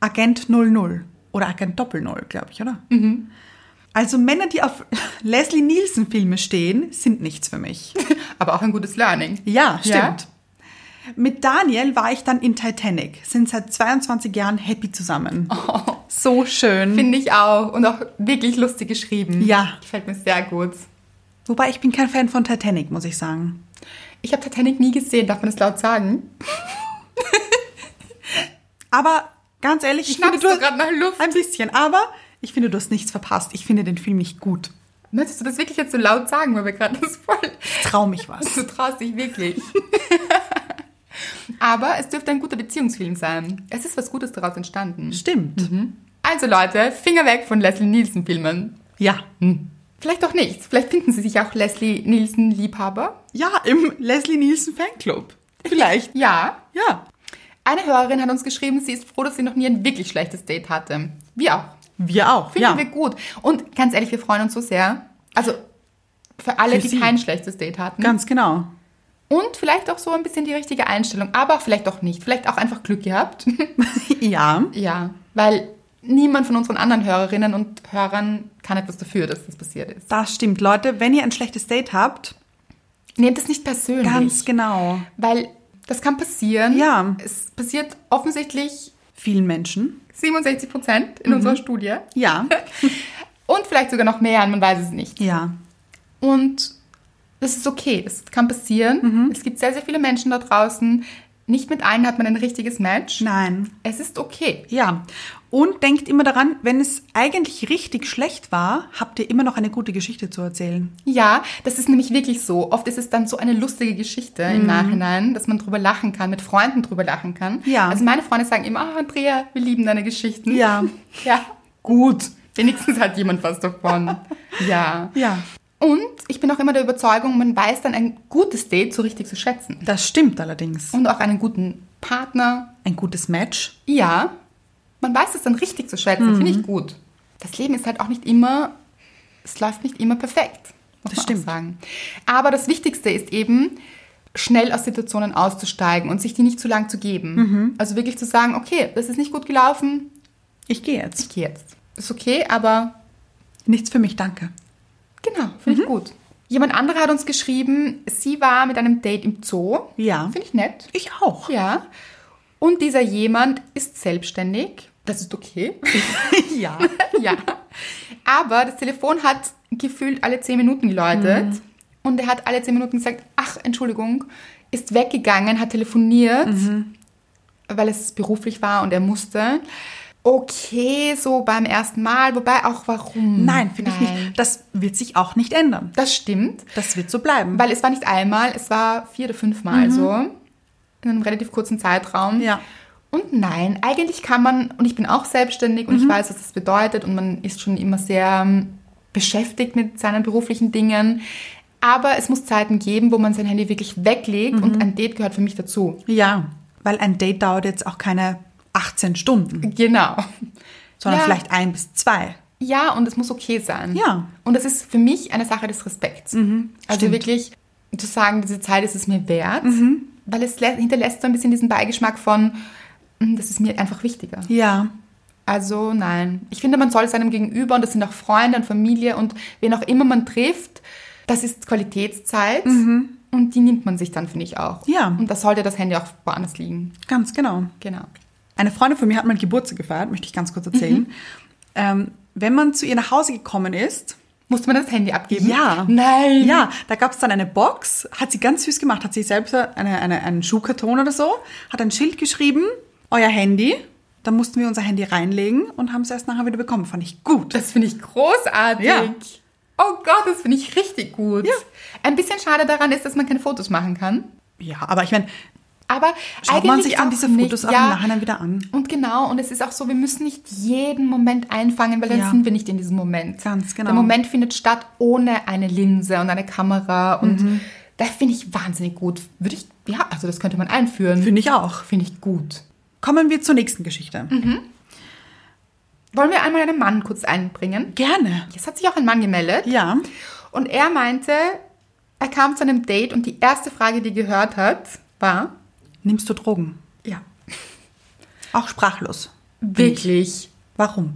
Agent 00 oder Agent Doppel 0, glaube ich, oder? Mhm. Also Männer, die auf Leslie Nielsen Filme stehen, sind nichts für mich. [laughs] Aber auch ein gutes Learning. Ja, stimmt. Ja? Mit Daniel war ich dann in Titanic, sind seit 22 Jahren happy zusammen. Oh. So schön. Finde ich auch. Und auch wirklich lustig geschrieben. Ja. Gefällt mir sehr gut. Wobei ich bin kein Fan von Titanic, muss ich sagen. Ich habe Titanic nie gesehen, darf man das laut sagen? Aber ganz ehrlich, ich Schnappst finde, du gerade nach Luft? Ein bisschen, aber ich finde, du hast nichts verpasst. Ich finde den Film nicht gut. Möchtest du das wirklich jetzt so laut sagen, weil wir gerade das voll... Trau mich [laughs] was. Du traust dich [laughs] wirklich. Aber es dürfte ein guter Beziehungsfilm sein. Es ist was Gutes daraus entstanden. Stimmt. Also Leute, Finger weg von Leslie Nielsen Filmen. Hm. Ja. Vielleicht auch nicht. Vielleicht finden Sie sich auch Leslie Nielsen Liebhaber. Ja, im Leslie Nielsen Fanclub. Vielleicht. Ja. Ja. Eine Hörerin hat uns geschrieben, sie ist froh, dass sie noch nie ein wirklich schlechtes Date hatte. Wir auch. Wir auch. Finden ja. wir gut. Und ganz ehrlich, wir freuen uns so sehr. Also für alle, Für die Sie. kein schlechtes Date hatten. Ganz genau. Und vielleicht auch so ein bisschen die richtige Einstellung. Aber auch vielleicht auch nicht. Vielleicht auch einfach Glück gehabt. [laughs] Ja. ja. Weil niemand von unseren anderen Hörerinnen und Hörern kann etwas dafür, dass das passiert ist. Das stimmt, Leute. Wenn ihr ein schlechtes Date habt, Nehmt es nicht persönlich. ganz genau. Weil das kann passieren. Ja. Es passiert offensichtlich Vielen Menschen. 67 Prozent Mhm. in unserer Studie. Ja. Und vielleicht sogar noch mehr, man weiß es nicht. ja. Mhm. Und das ist okay, das kann passieren. Es gibt sehr, sehr viele Menschen da draußen. Nicht mit allen hat man ein richtiges Match. Nein. Es ist okay. Ja. Und denkt immer daran, wenn es eigentlich richtig schlecht war, habt ihr immer noch eine gute Geschichte zu erzählen. Ja, das ist nämlich wirklich so. Oft ist es dann so eine lustige Geschichte Mhm. im Nachhinein, dass man drüber lachen kann, mit Freunden drüber lachen kann. Ja. Also meine Freunde sagen immer, "Ah, Andrea, wir lieben deine Geschichten. Ja. [laughs] Ja. Gut. Wenigstens hat jemand was davon. ja. Ja. Und ich bin auch immer der Überzeugung, man weiß dann ein gutes Date so richtig zu schätzen. Das stimmt allerdings. Und auch einen guten Partner. Ein gutes Match. Ja. Man weiß es dann richtig zu schätzen, finde Mhm. ich gut. Das Leben ist halt auch nicht immer, es läuft nicht immer perfekt. Muss Das man auch stimmt. Sagen. Aber das Wichtigste ist eben, schnell aus Situationen auszusteigen und sich die nicht zu lang zu geben. Mhm. Also wirklich zu sagen, okay, das ist nicht gut gelaufen, Ich gehe jetzt. ich gehe jetzt. Ist okay, aber Nichts für mich, danke. Genau, finde Mhm. ich gut. Jemand anderer hat uns geschrieben, sie war mit einem Date im Zoo. Ja. Finde ich nett. Ich auch. Ja. Und dieser jemand ist selbstständig. Das ist okay. [laughs] Ja. [laughs] ja. Aber das Telefon hat gefühlt alle zehn Minuten geläutet. Mhm. Und er hat alle zehn Minuten gesagt, ach, Entschuldigung, ist weggegangen, hat telefoniert, Mhm. weil es beruflich war und er musste. Okay, so beim ersten Mal. Wobei auch warum? Nein, finde ich Nein. nicht. Das wird sich auch nicht ändern. Das stimmt. Das wird so bleiben. Weil es war nicht einmal, es war vier oder fünfmal so. In einem relativ kurzen Zeitraum. Ja. Und nein, eigentlich kann man, und ich bin auch selbstständig und ich weiß, was das bedeutet und man ist schon immer sehr ähm, beschäftigt mit seinen beruflichen Dingen. Aber es muss Zeiten geben, wo man sein Handy wirklich weglegt und ein Date gehört für mich dazu. ja. Weil ein Date dauert jetzt auch keine 18 Stunden, Genau. sondern Ja. vielleicht ein bis zwei. Ja, und es muss okay sein. Ja. Mhm, Und es ist für mich eine Sache des Respekts. Also stimmt. Mhm. wirklich zu sagen, diese Zeit ist es mir wert, weil es lä- hinterlässt so ein bisschen diesen Beigeschmack von, "Hm, das ist mir einfach wichtiger. Ja. Also nein. Ich finde, man soll seinem Gegenüber, und das sind auch Freunde und Familie und wen auch immer man trifft, das ist Qualitätszeit. Und die nimmt man sich dann, finde ich, auch. Mhm. Ja. Und da sollte das Handy auch woanders liegen. Ganz genau. Genau. Eine Freundin von mir hat mal Geburtstag gefeiert, möchte ich ganz kurz erzählen. Mhm. Ähm, wenn man zu ihr nach Hause gekommen ist, Musste man das Handy abgeben? Ja. Nein. ja, da gab es dann eine Box, hat sie ganz süß gemacht, hat sie selbst eine, eine, einen Schuhkarton oder so, hat ein Schild geschrieben, euer Handy. Da mussten wir unser Handy reinlegen und haben es erst nachher wieder bekommen. Fand ich gut. Das finde ich großartig. Ja. Oh Gott, das finde ich richtig gut. Ja. Ein bisschen schade daran ist, dass man keine Fotos machen kann. Ja, aber ich meine, Aber schaut eigentlich man sich an auch diese nicht. Fotos auch im Nachhinein wieder an. Und genau, und es ist auch so, wir müssen nicht jeden Moment einfangen, weil dann Ja. sind wir nicht in diesem Moment. Ganz genau. Der Moment findet statt ohne eine Linse und eine Kamera. Und Mhm. das finde ich wahnsinnig gut. Würde ich, ja, also das könnte man einführen. Finde ich auch. Finde ich gut. Kommen wir zur nächsten Geschichte. Mhm. Wollen wir einmal einen Mann kurz einbringen? Gerne. Es hat sich auch ein Mann gemeldet. Ja. Und er meinte, er kam zu einem Date und die erste Frage, die er gehört hat, war, Nimmst du Drogen? ja, Auch sprachlos. wirklich Warum?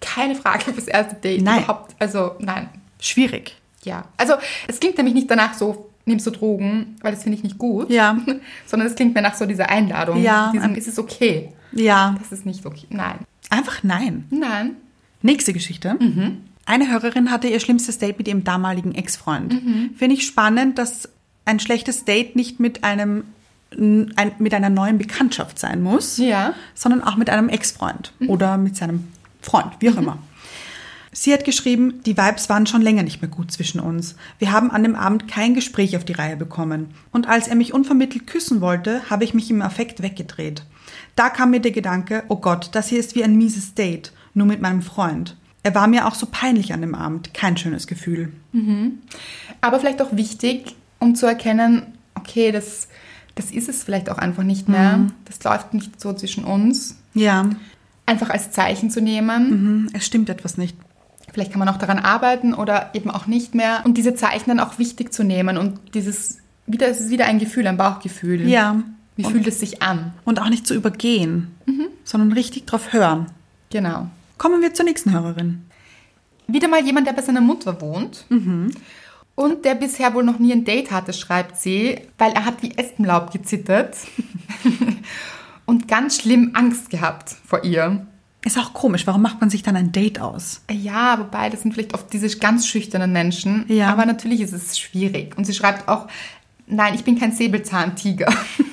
keine Frage fürs erste Date Nein. überhaupt. Also nein, Schwierig. ja. Also es klingt nämlich nicht danach so, nimmst du Drogen, weil das finde ich nicht gut. Ja. [laughs] Sondern es klingt mehr nach so dieser Einladung. Ja. Diesem, ist es okay? Ja. Das ist nicht okay. Nein. Einfach nein. Nein. Nächste Geschichte. Eine Hörerin hatte ihr schlimmstes Date mit ihrem damaligen Ex-Freund. Finde ich spannend, dass ein schlechtes Date nicht mit einem n- ein, mit einer neuen Bekanntschaft sein muss, Ja. sondern auch mit einem Ex-Freund oder mit seinem Freund, wie auch immer. Sie hat geschrieben, die Vibes waren schon länger nicht mehr gut zwischen uns. Wir haben an dem Abend kein Gespräch auf die Reihe bekommen. Und als er mich unvermittelt küssen wollte, habe ich mich im Affekt weggedreht. Da kam mir der Gedanke, oh Gott, das hier ist wie ein mieses Date, nur mit meinem Freund. Er war mir auch so peinlich an dem Abend, kein schönes Gefühl. Aber vielleicht auch wichtig, um zu erkennen, okay, das, das ist es vielleicht auch einfach nicht mehr. Mhm. Das läuft nicht so zwischen uns. Ja, Einfach als Zeichen zu nehmen. hm, es stimmt etwas nicht. Vielleicht kann man auch daran arbeiten oder eben auch nicht mehr. Und diese Zeichen dann auch wichtig zu nehmen und dieses, wieder, es ist wieder ein Gefühl, ein Bauchgefühl. Ja. Wie fühlt es sich an? Und auch nicht zu übergehen, sondern richtig drauf hören. Genau. Kommen wir zur nächsten Hörerin. Wieder mal jemand, der bei seiner Mutter wohnt und der bisher wohl noch nie ein Date hatte, schreibt sie, weil er hat wie Espenlaub gezittert [laughs] und ganz schlimm Angst gehabt vor ihr. Ist auch komisch, warum macht man sich dann ein Date aus? Ja, wobei das sind vielleicht oft diese ganz schüchternen Menschen. Ja. Aber natürlich ist es schwierig. Und sie schreibt auch, nein, ich bin kein Säbelzahntiger. [laughs]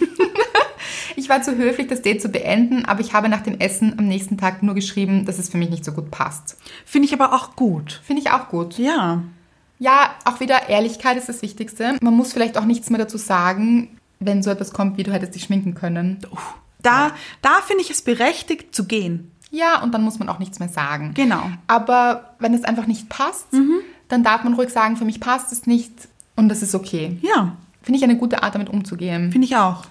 Ich war zu höflich, das Date zu beenden, aber ich habe nach dem Essen am nächsten Tag nur geschrieben, dass es für mich nicht so gut passt. Finde ich aber auch gut. Finde ich auch gut. Ja. Ja, auch wieder Ehrlichkeit ist das Wichtigste. Man muss vielleicht auch nichts mehr dazu sagen, wenn so etwas kommt, wie du hättest dich schminken können. Da, da finde ich es berechtigt zu gehen. Ja, und dann muss man auch nichts mehr sagen. Genau. Aber wenn es einfach nicht passt, dann darf man ruhig sagen, für mich passt es nicht und das ist okay. Ja, Finde ich eine gute Art, damit umzugehen. finde ich auch.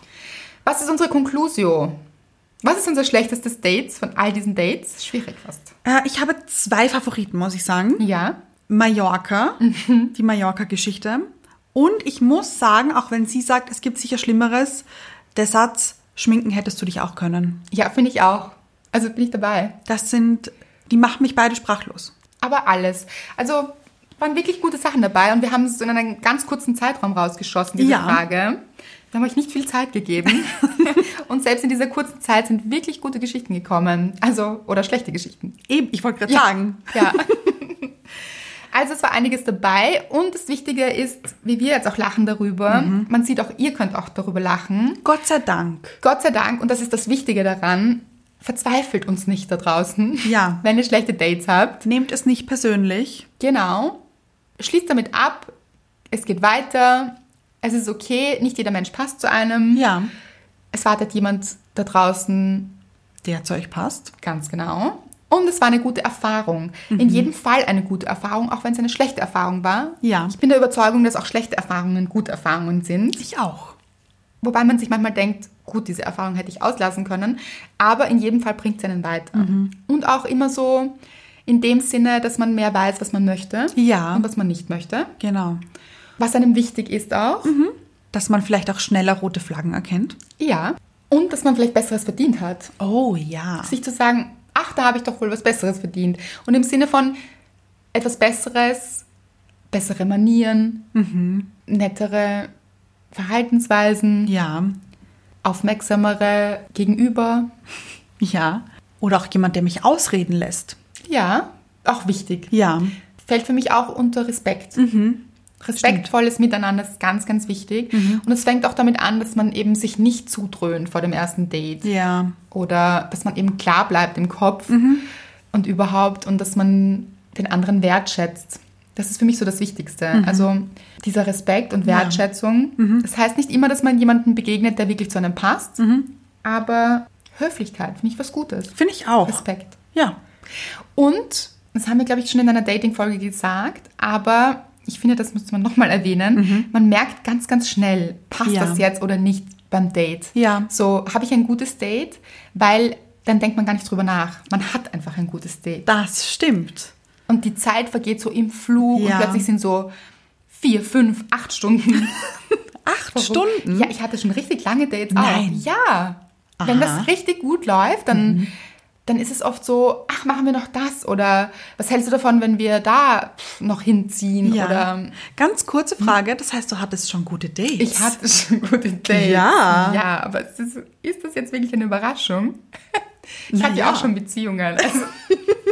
Was ist unsere Conclusio? Was ist unser schlechtestes Date von all diesen Dates? Schwierig fast. Äh, ich habe zwei Favoriten, muss ich sagen. Ja. Mallorca, die Mallorca-Geschichte. Und ich muss sagen, auch wenn sie sagt, es gibt sicher Schlimmeres, der Satz, schminken hättest du dich auch können. Ja, finde ich auch. Also bin ich dabei. Das sind, die machen mich beide sprachlos. Aber alles. Also waren wirklich gute Sachen dabei und wir haben es in einem ganz kurzen Zeitraum rausgeschossen, diese Ja. Frage. Da haben wir euch nicht viel Zeit [laughs] gegeben. und selbst in dieser kurzen Zeit sind wirklich gute Geschichten gekommen. Also, oder schlechte Geschichten. Eben, ich wollte gerade sagen. Ja. Also es war einiges dabei und das Wichtige ist, wie wir jetzt auch lachen darüber, Mhm. man sieht auch, ihr könnt auch darüber lachen. Gott sei Dank. Gott sei Dank, und das ist das Wichtige daran, verzweifelt uns nicht da draußen, Ja. wenn ihr schlechte Dates habt. Nehmt es nicht persönlich. Genau. Schließt damit ab. Es geht weiter. Es ist okay. Nicht jeder Mensch passt zu einem. Ja. Es wartet jemand da draußen. Der zu euch passt. Ganz genau. Und es war eine gute Erfahrung. Mhm. In jedem Fall eine gute Erfahrung, auch wenn es eine schlechte Erfahrung war. Ja. Ich bin der Überzeugung, dass auch schlechte Erfahrungen gute Erfahrungen sind. Ich auch. Wobei man sich manchmal denkt, gut, diese Erfahrung hätte ich auslassen können, aber in jedem Fall bringt sie einen weiter. Mhm. Und auch immer so in dem Sinne, dass man mehr weiß, was man möchte Ja. und was man nicht möchte. Genau. Was einem wichtig ist auch. Mhm. Dass man vielleicht auch schneller rote Flaggen erkennt. Ja. Und dass man vielleicht Besseres verdient hat. Oh ja. Sich zu sagen, ach, da habe ich doch wohl was Besseres verdient. Und im Sinne von etwas Besseres, bessere Manieren, nettere Verhaltensweisen, Mhm. Ja. aufmerksamere Gegenüber. Ja. Oder auch jemand, der mich ausreden lässt. Ja, auch wichtig. Ja. Mhm. Fällt für mich auch unter Respekt. Respektvolles Miteinander ist ganz, ganz wichtig. Und es fängt auch damit an, dass man eben sich nicht zudröhnt vor dem ersten Date. Ja. oder dass man eben klar bleibt im Kopf und überhaupt und dass man den anderen wertschätzt. Das ist für mich so das Wichtigste. Also dieser Respekt und Wertschätzung. Das heißt nicht immer, dass man jemanden begegnet, der wirklich zu einem passt, aber Höflichkeit finde ich was Gutes. Finde ich auch. Respekt. Ja. Und, das haben wir, glaube ich, schon in einer Dating-Folge gesagt, aber ich finde, das müsste man nochmal erwähnen. Man merkt ganz, ganz schnell, passt Mhm. Ja. das jetzt oder nicht beim Date. Ja. So, habe ich ein gutes Date? Weil dann denkt man gar nicht drüber nach. Man hat einfach ein gutes Date. Das stimmt. Und die Zeit vergeht so im Flug und Ja. plötzlich sind so vier, fünf, acht Stunden. Acht Stunden? Ja, ich hatte schon richtig lange Dates. Nein. Auch. Ja. Wenn Aha. Mhm. das richtig gut läuft, dann, dann ist es oft so, ach, machen wir noch das oder was hältst du davon, wenn wir da pff, noch hinziehen Ja. oder ähm, Hm. Ganz kurze Frage, das heißt, du hattest schon gute Dates. ich hatte schon gute Dates. Ja. Ja, aber es ist, ist das jetzt wirklich eine Überraschung? [laughs] Ich Na hatte ja. ja auch schon Beziehungen. Also,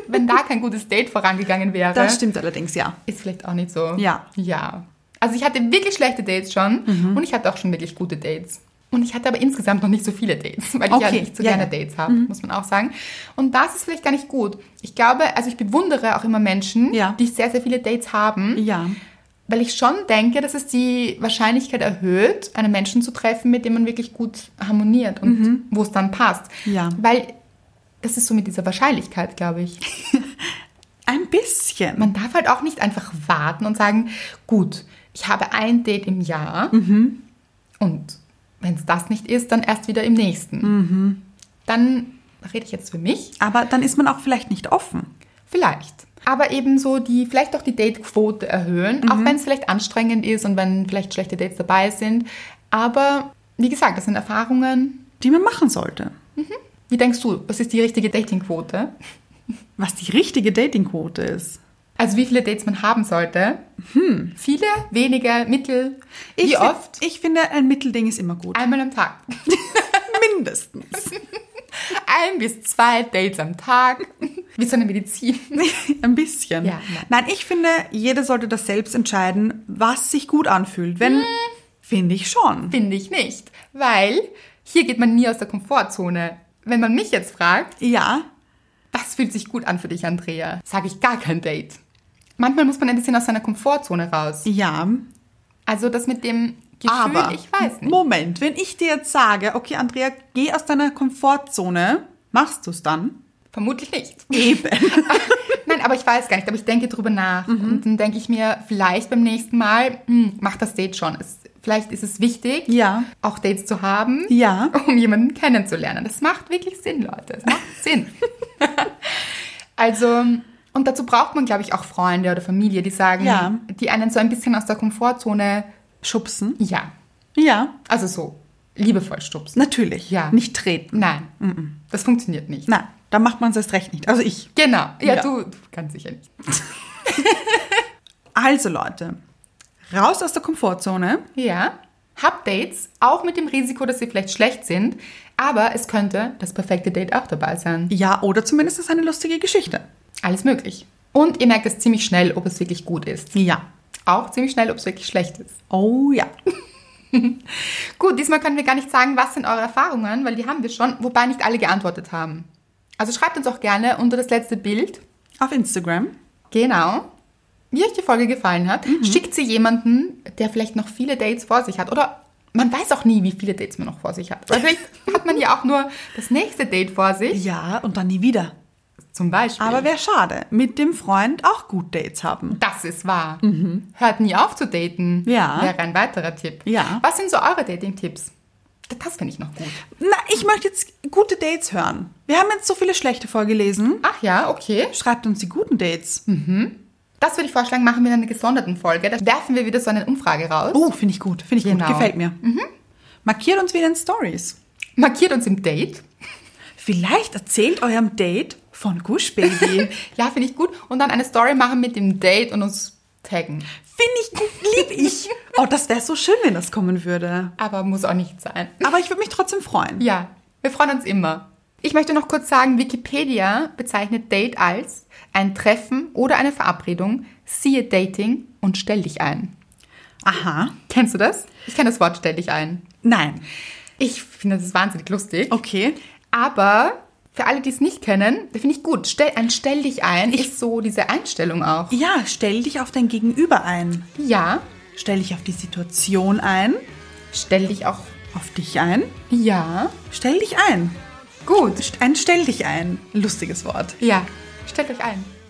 wenn da kein gutes Date vorangegangen wäre, Das stimmt allerdings, ja. ist vielleicht auch nicht so. Ja. Mhm. Ja. Also ich hatte wirklich schlechte Dates schon und ich hatte auch schon wirklich gute Dates. Und ich hatte aber insgesamt noch nicht so viele Dates, weil ich ja Okay, nicht so ja, Mhm. gerne ja. Dates habe, muss man auch sagen. Und das ist vielleicht gar nicht gut. Ich glaube, also ich bewundere auch immer Menschen, Ja. die sehr, sehr viele Dates haben, Ja. weil ich schon denke, dass es die Wahrscheinlichkeit erhöht, einen Menschen zu treffen, mit dem man wirklich gut harmoniert und wo es dann passt. Mhm. Ja. Weil das ist so mit dieser Wahrscheinlichkeit, glaube ich Ein bisschen. man darf halt auch nicht einfach warten und sagen, gut, ich habe ein Date im Jahr und wenn es das nicht ist, dann erst wieder im nächsten. Dann rede ich jetzt für mich, Aber dann ist man auch vielleicht nicht offen. vielleicht. Aber eben so die, vielleicht auch die Datequote erhöhen, auch wenn es vielleicht anstrengend ist und wenn vielleicht schlechte Dates dabei sind. Aber wie gesagt, das sind Erfahrungen. Die man machen sollte. Wie denkst du, was ist die richtige Datingquote? Was die richtige Datingquote ist. Also wie viele Dates man haben sollte? Viele, wenige, mittel? Wie Ich fi- oft? Ich finde, ein Mittelding ist immer gut. Einmal am Tag. Mindestens. Ein bis zwei Dates am Tag. [laughs] Wie so eine [laughs] Medizin. Ein bisschen. Ja, ja. Nein, ich finde, jeder sollte das selbst Hm. entscheiden, was sich gut anfühlt. Wenn, finde ich schon. Finde ich nicht. Weil Hier geht man nie aus der Komfortzone. Wenn man mich jetzt fragt, Ja, das fühlt sich gut an für dich, Andrea, sage ich gar kein Date. Manchmal muss man ein bisschen aus seiner Komfortzone raus. ja. Also das mit dem Gefühl, Aber ich weiß nicht. Moment, wenn ich dir jetzt sage, okay, Andrea, geh aus deiner Komfortzone, machst du es dann? Vermutlich nicht. [laughs] Eben. Nein, aber ich weiß gar nicht, aber ich denke drüber nach. Mhm. Und dann denke ich mir, vielleicht beim nächsten Mal, hm, mach das Date schon. Es, vielleicht ist es wichtig, Ja. auch Dates zu haben, [laughs] Ja. [laughs] um jemanden kennenzulernen. Das macht wirklich Sinn, Leute. Das [laughs] macht Sinn. also, und dazu braucht man, glaube ich, auch Freunde oder Familie, die sagen, Ja. die einen so ein bisschen aus der Komfortzone, Schubsen? ja, Ja, also so, liebevoll stupsen. natürlich. Ja. Nicht treten. Nein, das funktioniert nicht. Nein, da macht man es erst recht nicht. Also ich. Genau, ja, Ja. Du, du ganz sicher nicht. Also Leute, raus aus der Komfortzone. Ja. Hab Dates, auch mit dem Risiko, dass sie vielleicht schlecht sind, aber es könnte das perfekte Date auch dabei sein. Ja, oder zumindest ist eine lustige Geschichte. Alles möglich. Und ihr merkt es ziemlich schnell, ob es wirklich gut ist. Ja. Auch ziemlich schnell, ob es wirklich schlecht ist. Oh ja. Gut, diesmal können wir gar nicht sagen, was sind eure Erfahrungen, weil die haben wir schon, wobei nicht alle geantwortet haben. Also schreibt uns auch gerne unter das letzte Bild. Auf Instagram. Genau. Wie euch die Folge gefallen hat, Mhm. schickt sie jemanden, der vielleicht noch viele Dates vor sich hat. Oder man weiß auch nie, wie viele Dates man noch vor sich hat. Weil vielleicht hat man ja auch nur das nächste Date vor sich. Ja, und dann nie wieder. Zum Beispiel. Aber wäre schade, mit dem Freund auch gut Dates haben. das ist wahr. Hört nie auf zu daten. Mhm. Ja. Wäre ein weiterer Tipp. Ja. Was sind so eure Dating-Tipps? Das finde ich noch gut. Na, ich möchte jetzt gute Dates hören. Wir haben jetzt so viele schlechte vorgelesen. Ach ja, okay. Schreibt uns die guten Dates. Hm. Das würde ich vorschlagen, machen wir in einer gesonderten Folge. Da werfen wir wieder so eine Umfrage raus. Oh, finde ich gut. Finde ich Genau. gut. Gefällt mir. Markiert uns wieder in Stories. Markiert uns im Date. Vielleicht erzählt eurem Date von Gush Baby. [laughs] Ja, finde ich gut. Und dann eine Story machen mit dem Date und uns taggen. Finde ich gut, lieb ich. Oh, das wäre so schön, wenn das kommen würde. Aber muss auch nicht sein. Aber ich würde mich trotzdem freuen. Ja, wir freuen uns immer. Ich möchte noch kurz sagen, Wikipedia bezeichnet Date als ein Treffen oder eine Verabredung, siehe Dating und stell dich ein. Aha. Kennst du das? Ich kenne das Wort stell dich ein. Nein. Ich finde das wahnsinnig lustig. Okay. Aber für alle, die es nicht kennen, finde ich gut. Stell, ein stell dich ein ist so diese Einstellung auch. Ja, stell dich auf dein Gegenüber ein. Ja, Stell dich auf die Situation ein. stell dich auch. Auf dich ein. Ja, Stell dich ein. gut. Ein Stell dich ein. Lustiges Wort. Ja, stellt euch ein.